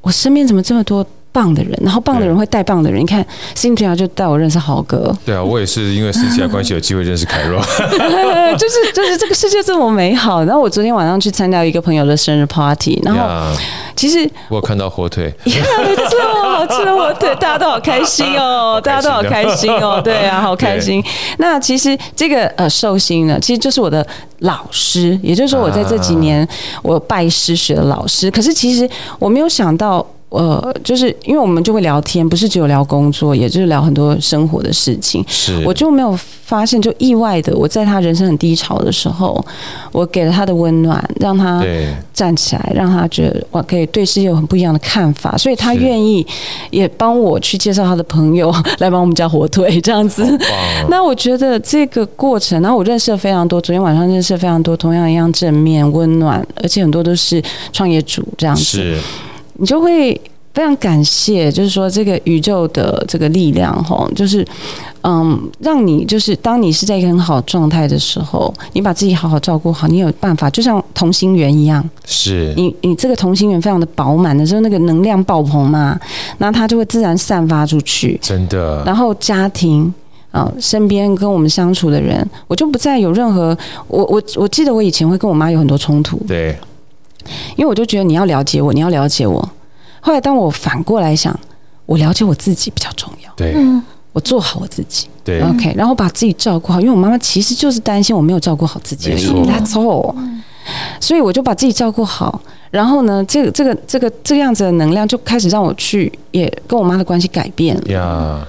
C: 我身边怎么这么多棒的人？然后棒的人会带棒的人。你看 Cynthia 就带我认识豪哥，
A: 对啊，我也是因为私下关系有机会认识凯若，
C: 就是就是这个世界这么美好。然后我昨天晚上去参加一个朋友的生日 party，然后
A: 呀
C: 其实
A: 我有看到火腿，
C: 呀，没错，好吃的火腿，大家都好开心哦，大家都好开心哦，对啊，好开心。那其实这个呃寿星呢，其实就是我的老师，也就是说我在这几年我拜师学的老师。可是其实我没有想到。呃，就是因为我们就会聊天，不是只有聊工作，也就是聊很多生活的事情。
A: 是，
C: 我就没有发现，就意外的，我在他人生很低潮的时候，我给了他的温暖，让他
A: 对
C: 站起来，让他觉得我可以对世界有很不一样的看法，所以他
A: 是
C: 愿意也帮我去介绍他的朋友 来帮我们家火腿 这样
A: 嗯
C: 子。
A: 棒，
C: 那我觉得这个过程，然后我认识了非常多，昨天晚上认识了非常多，同样一样正面、温暖，而且很多都是创业主这样子，
A: 是
C: 你就会非常感谢，就是说这个宇宙的这个力量，吼，就是嗯，让你就是当你是在一个很好的状态的时候，你把自己好好照顾好，你有办法，就像同心圆一样。
A: 是
C: 你你这个同心圆非常的饱满的时候，那个能量爆棚嘛，那它就会自然散发出去。
A: 真的，
C: 然后家庭啊、身边跟我们相处的人，我就不再有任何我我我记得我以前会跟我妈有很多冲突，
A: 对
C: 因为我就觉得你要了解我，你要了解我。后来当我反过来想，我了解我自己比较重要，
A: 对
B: 嗯
C: 我做好我自己
A: 对，
C: ，OK，然后把自己照顾好，因为我妈妈其实就是担心我没有照顾好自己而已
A: 没错
C: ，That's all。所以我就把自己照顾好。然后呢，这个这个这个这样子的能量就开始让我去，也跟我妈的关系改变了。
A: 呀，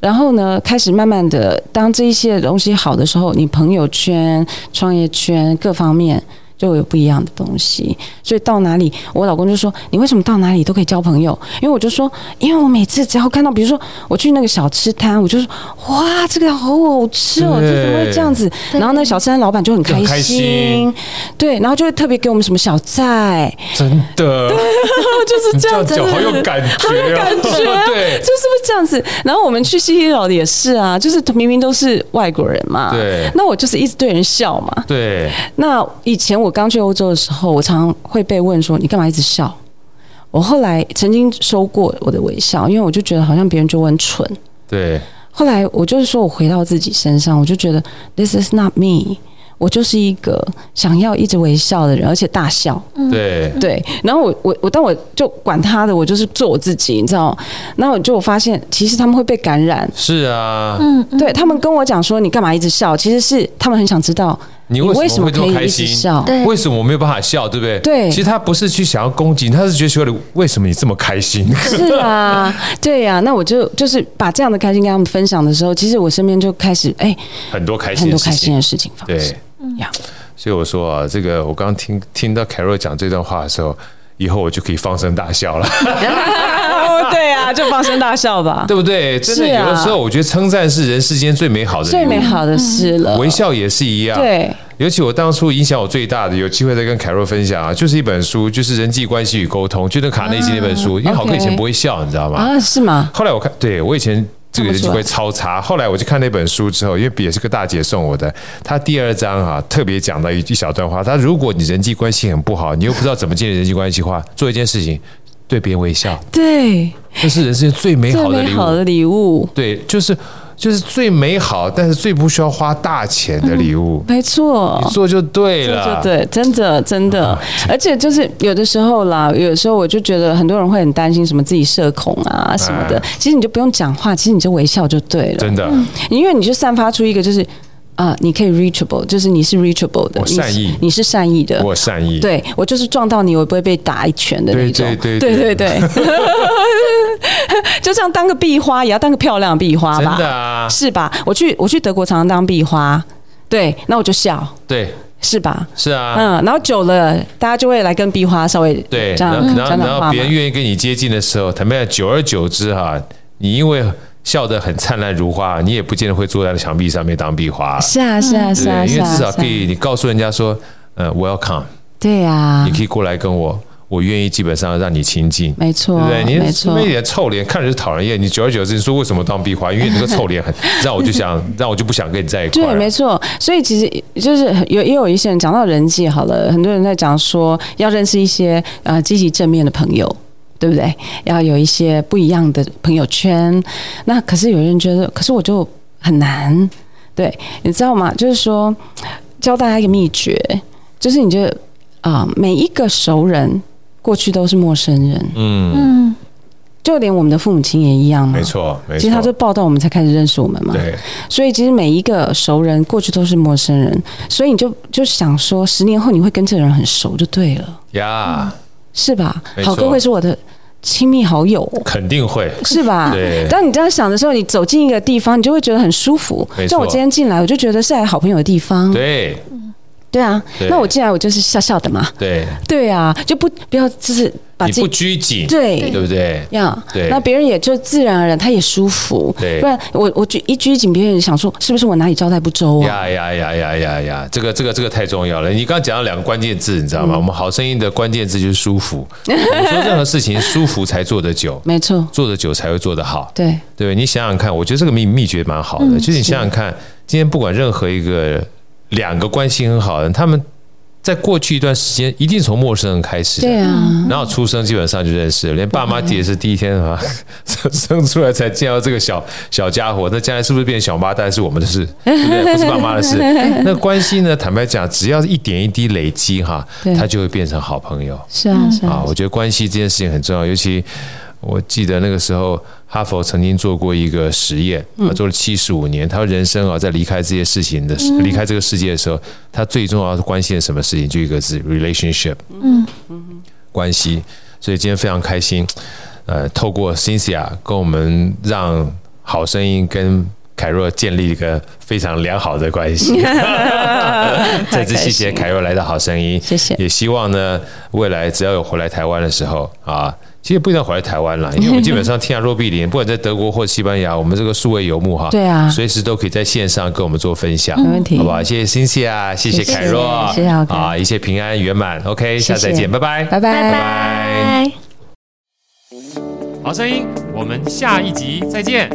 C: 然后呢，开始慢慢的，当这一些东西好的时候，你朋友圈、创业圈各方面，就有不一样的东西。所以到哪里，我老公就说：“你为什么到哪里都可以交朋友？”因为我就说，因为我每次只要看到，比如说我去那个小吃摊，我就说：“哇，这个好好吃哦，
A: 对
C: 这怎么会这样子？”
B: 对
C: 然后那个小吃摊老板就很开
A: 很开心
C: 对，然后就会特别给我们什么小菜，
A: 真的，
C: 就是
A: 你这
C: 这样
A: 样
C: 子，
A: 讲好有感觉、哦，好有
C: 感觉 啊
A: 对
C: 就是不是这样子？然后我们去西西里岛也是啊，就是明明都是外国人嘛，
A: 对
C: 那我就是一直对人笑嘛。
A: 对，
C: 那以前我刚去欧洲的时候，我常常会被问说：“你干嘛一直笑？”我后来曾经收过我的微笑，因为我就觉得好像别人觉得我很蠢。
A: 对，
C: 后来我就是说我回到自己身上，我就觉得 This is not me，我就是一个想要一直微笑的人，而且大笑。
A: 对，
C: 对，然后我我我，但我就管他的，我就是做我自己，你知道？然后我就发现，其实他们会被感染。
A: 是啊，
B: 嗯，嗯
C: 对他们跟我讲说你干嘛一直笑，其实是他们很想知道
A: 你
C: 你为
A: 为
C: 什
A: 什么
C: 么
A: 会这
C: 可
A: 么
C: 以
A: 开
C: 一直
A: 心？
C: 笑。
B: 对
A: 为什么我没有办法笑，对不对？
C: 对
A: 其实他不是去想要攻击你，他是觉得说，为什么你这么开 心？
C: 是啊，对呀、那我就就是把这样的开心跟他们分享的时候，其实我身边就开始哎、
A: 很多开心
C: 很
A: 的
C: 多
A: 事
C: 开
A: 情
C: 心。的啊事情发生
A: 对。
C: 呀，
A: 所以我说啊，这个我刚听听到凯若讲这段话的时候，以后我就可以放声大笑了，
C: 对啊，就放声大笑吧，
A: 对不对？真的，
C: 是啊
A: 有的时候我觉得称赞是人世间最美好的礼物，
C: 最美好的事了。
A: 呃微笑也是一样。
C: 呃对，
A: 尤其我当初影响我最大的，有机会再跟凯若分享啊，就是一本书，就是《人际关系与沟通》，就那卡内基那本书，因为好哥
C: OK
A: 以前不会笑，你知道吗？
C: 啊，是吗？
A: 后来我看，对我以前这个人就
C: 看不
A: 会
C: 出
A: 超差。后来我就看那本书之后，因为也是个大姐送啊我的，她第二章啊特别讲到一一小段话，她如果你人际关系很不好，你又不知道怎么建立人际关系的话，做一件事情，对别人微笑，
C: 对，
A: 这是人生最美
C: 最
A: 好的
C: 美
A: 礼
C: 好
A: 物。
C: 的礼物，
A: 对，就是就是最美好，但是最不需要花大钱的礼物，
C: 没错。
A: 你做就对
C: 对
A: 了。
C: 哦对对，真的真的，
A: 嗯
C: 而且就是有的时候啦，有的时候我就觉得很多人会很担心什么自己社恐啊什么的，
A: 哎
C: 其实你就不用讲话，其实你就微笑就对了，
A: 真的，
C: 因为你就散发出一个就是啊、你可以 reachable，就是你是 reachable 的，
A: 我
C: 你是
A: 善意
C: 你是善意的
A: 我。有善意。
C: 对我就是撞到你，我也不会被打一拳的那种。
A: 对对对
C: 对对对 就像当个壁花，也要当个漂亮的壁花
A: 真
C: 吧，
A: 的啊，
C: 是吧？我去我去德国常常当壁花，对，那我就笑，
A: 对，
C: 是吧？
A: 是啊，
C: 嗯，然后久了，大家就会来跟壁花稍微
A: 对，
C: 这
A: 然
C: 样嗯
A: 后然
C: 讲
A: 后然
C: 讲
A: 后
C: 话
A: 别人
C: 嘛。
A: 愿意跟你接近的时候，坦白讲，久而久之哈、你因为笑得很灿烂如花，你也不见得会坐在墙壁上面当壁花，
C: 是啊，是啊，
A: 对
C: 是
A: 不
C: 啊，
A: 对？因
C: 是
A: 为
C: 啊，
A: 至少
C: 是啊
A: 可以，你告诉人家说，呃，welcome，
C: 对啊呀
A: 你，可以过来跟我，我愿意基本上让你亲近。
C: 没
A: 对
C: 错
A: 不对？，
C: 没
A: 你
C: 错
A: 那，一点臭脸，看着就讨人厌。你久而久之，你说为什么当壁花？因为你那个臭脸很让我就想，让我就不想跟你在一块
C: 对，
A: 儿
C: 没
A: 了。
C: 错。所以其实就是有也有一些人讲到人际好了，很多人在讲说要认识一些呃积极正面的朋友。对不对？要有一些不一样的朋友圈。那可是有人觉得，可是我就很难。对，你知道吗？就是说，教大家一个秘诀，就是你觉得啊、每一个熟人过去都是陌生人，
A: 嗯，
B: 嗯，
C: 就连我们的父母亲也一样嘛
A: 没。错，没错。
C: 其实他都报道我们才开始认识我们嘛。
A: 对
C: 所以其实每一个熟人过去都是陌生人，所以你就就想说，十年后你会跟这个人很熟就对了，
A: 呀，
C: 是吧？
A: 没错
C: 好哥会是我的亲密好友，
A: 肯定会。
C: 是吧？
A: 对
C: 当你这样想的时候，你走进一个地方，你就会觉得很舒服
A: 没。错
C: 像我今天进来，我就觉得是来好朋友的地方。
A: 对
C: 对啊，
A: 对
C: 那我进来我就是笑笑的嘛。
A: 对，
C: 对啊，就不不要就是把
A: 你
C: 自
A: 不
C: 己
A: 拘谨，
C: 对
A: 对不对？
C: 呀
A: 对
C: 那别人也就自然而然他也舒服。
A: 对
C: 不然我我拘一拘谨，别人想说是不是我哪里招待不周啊？
A: 呀呀呀呀呀呀！这个这个这个太重要了。你刚刚讲到两个关键字，你知道
C: 嗯
A: 吗？我们好声音的关键字就是舒 服。我们说任何事情舒服才做得久，
C: 没错，
A: 做得久才会做得好。
C: 对。
A: 对你想想看，我觉得这个秘秘诀蛮好的，
C: 嗯
A: 就是你想想看，今天不管任何一个两个关系很好的人，他们在过去一段时间一定从陌生人开始的。
C: 对啊，
A: 然后出生基本上就认识了，连爸妈也是第一天啊 生生出来才见到这个小小家伙，那将来是不是变小妈蛋是我们的事，对不对？不是爸妈的事。那关系呢？坦白讲，只要一点一滴累积哈
C: 对，
A: 它就会变成好朋友
C: 是啊，是
A: 啊
C: 啊。。
A: 我 觉得关系这件事情很重要，尤其我记得那个时候哈佛曾经做过一个实验，啊做了七十五年，他人生啊在离开这些事情的时离开这个世界的时候，他最重要的关心的什么事情？就一个字，relationship。
B: 嗯，
A: 关系，所以今天非常开心，呃，透过 Cynthia 跟我们让好声音跟凯若建立一个非常良好的关系。 再次谢谢凯若来到《好声音》，
C: 谢谢
A: 也希望呢，未来只要有回来台湾的时候啊，其实不一定要回来台湾啦，因为我们基本上天涯若比邻，不 管在德国或西班牙，我们这个数位游牧哈，
C: 对啊
A: 随时都可以在线上跟我们做分享，
C: 没问题
A: 好不好？谢谢 Cynthia，谢谢
C: 谢谢
A: 凯若，
C: 谢谢浩哥
A: 啊，一切平安圆满。OK，下次再
C: 谢谢
A: 见，拜拜，
C: 拜拜
B: 拜
A: 拜
B: 拜。
A: 好声音，我们下一集再见，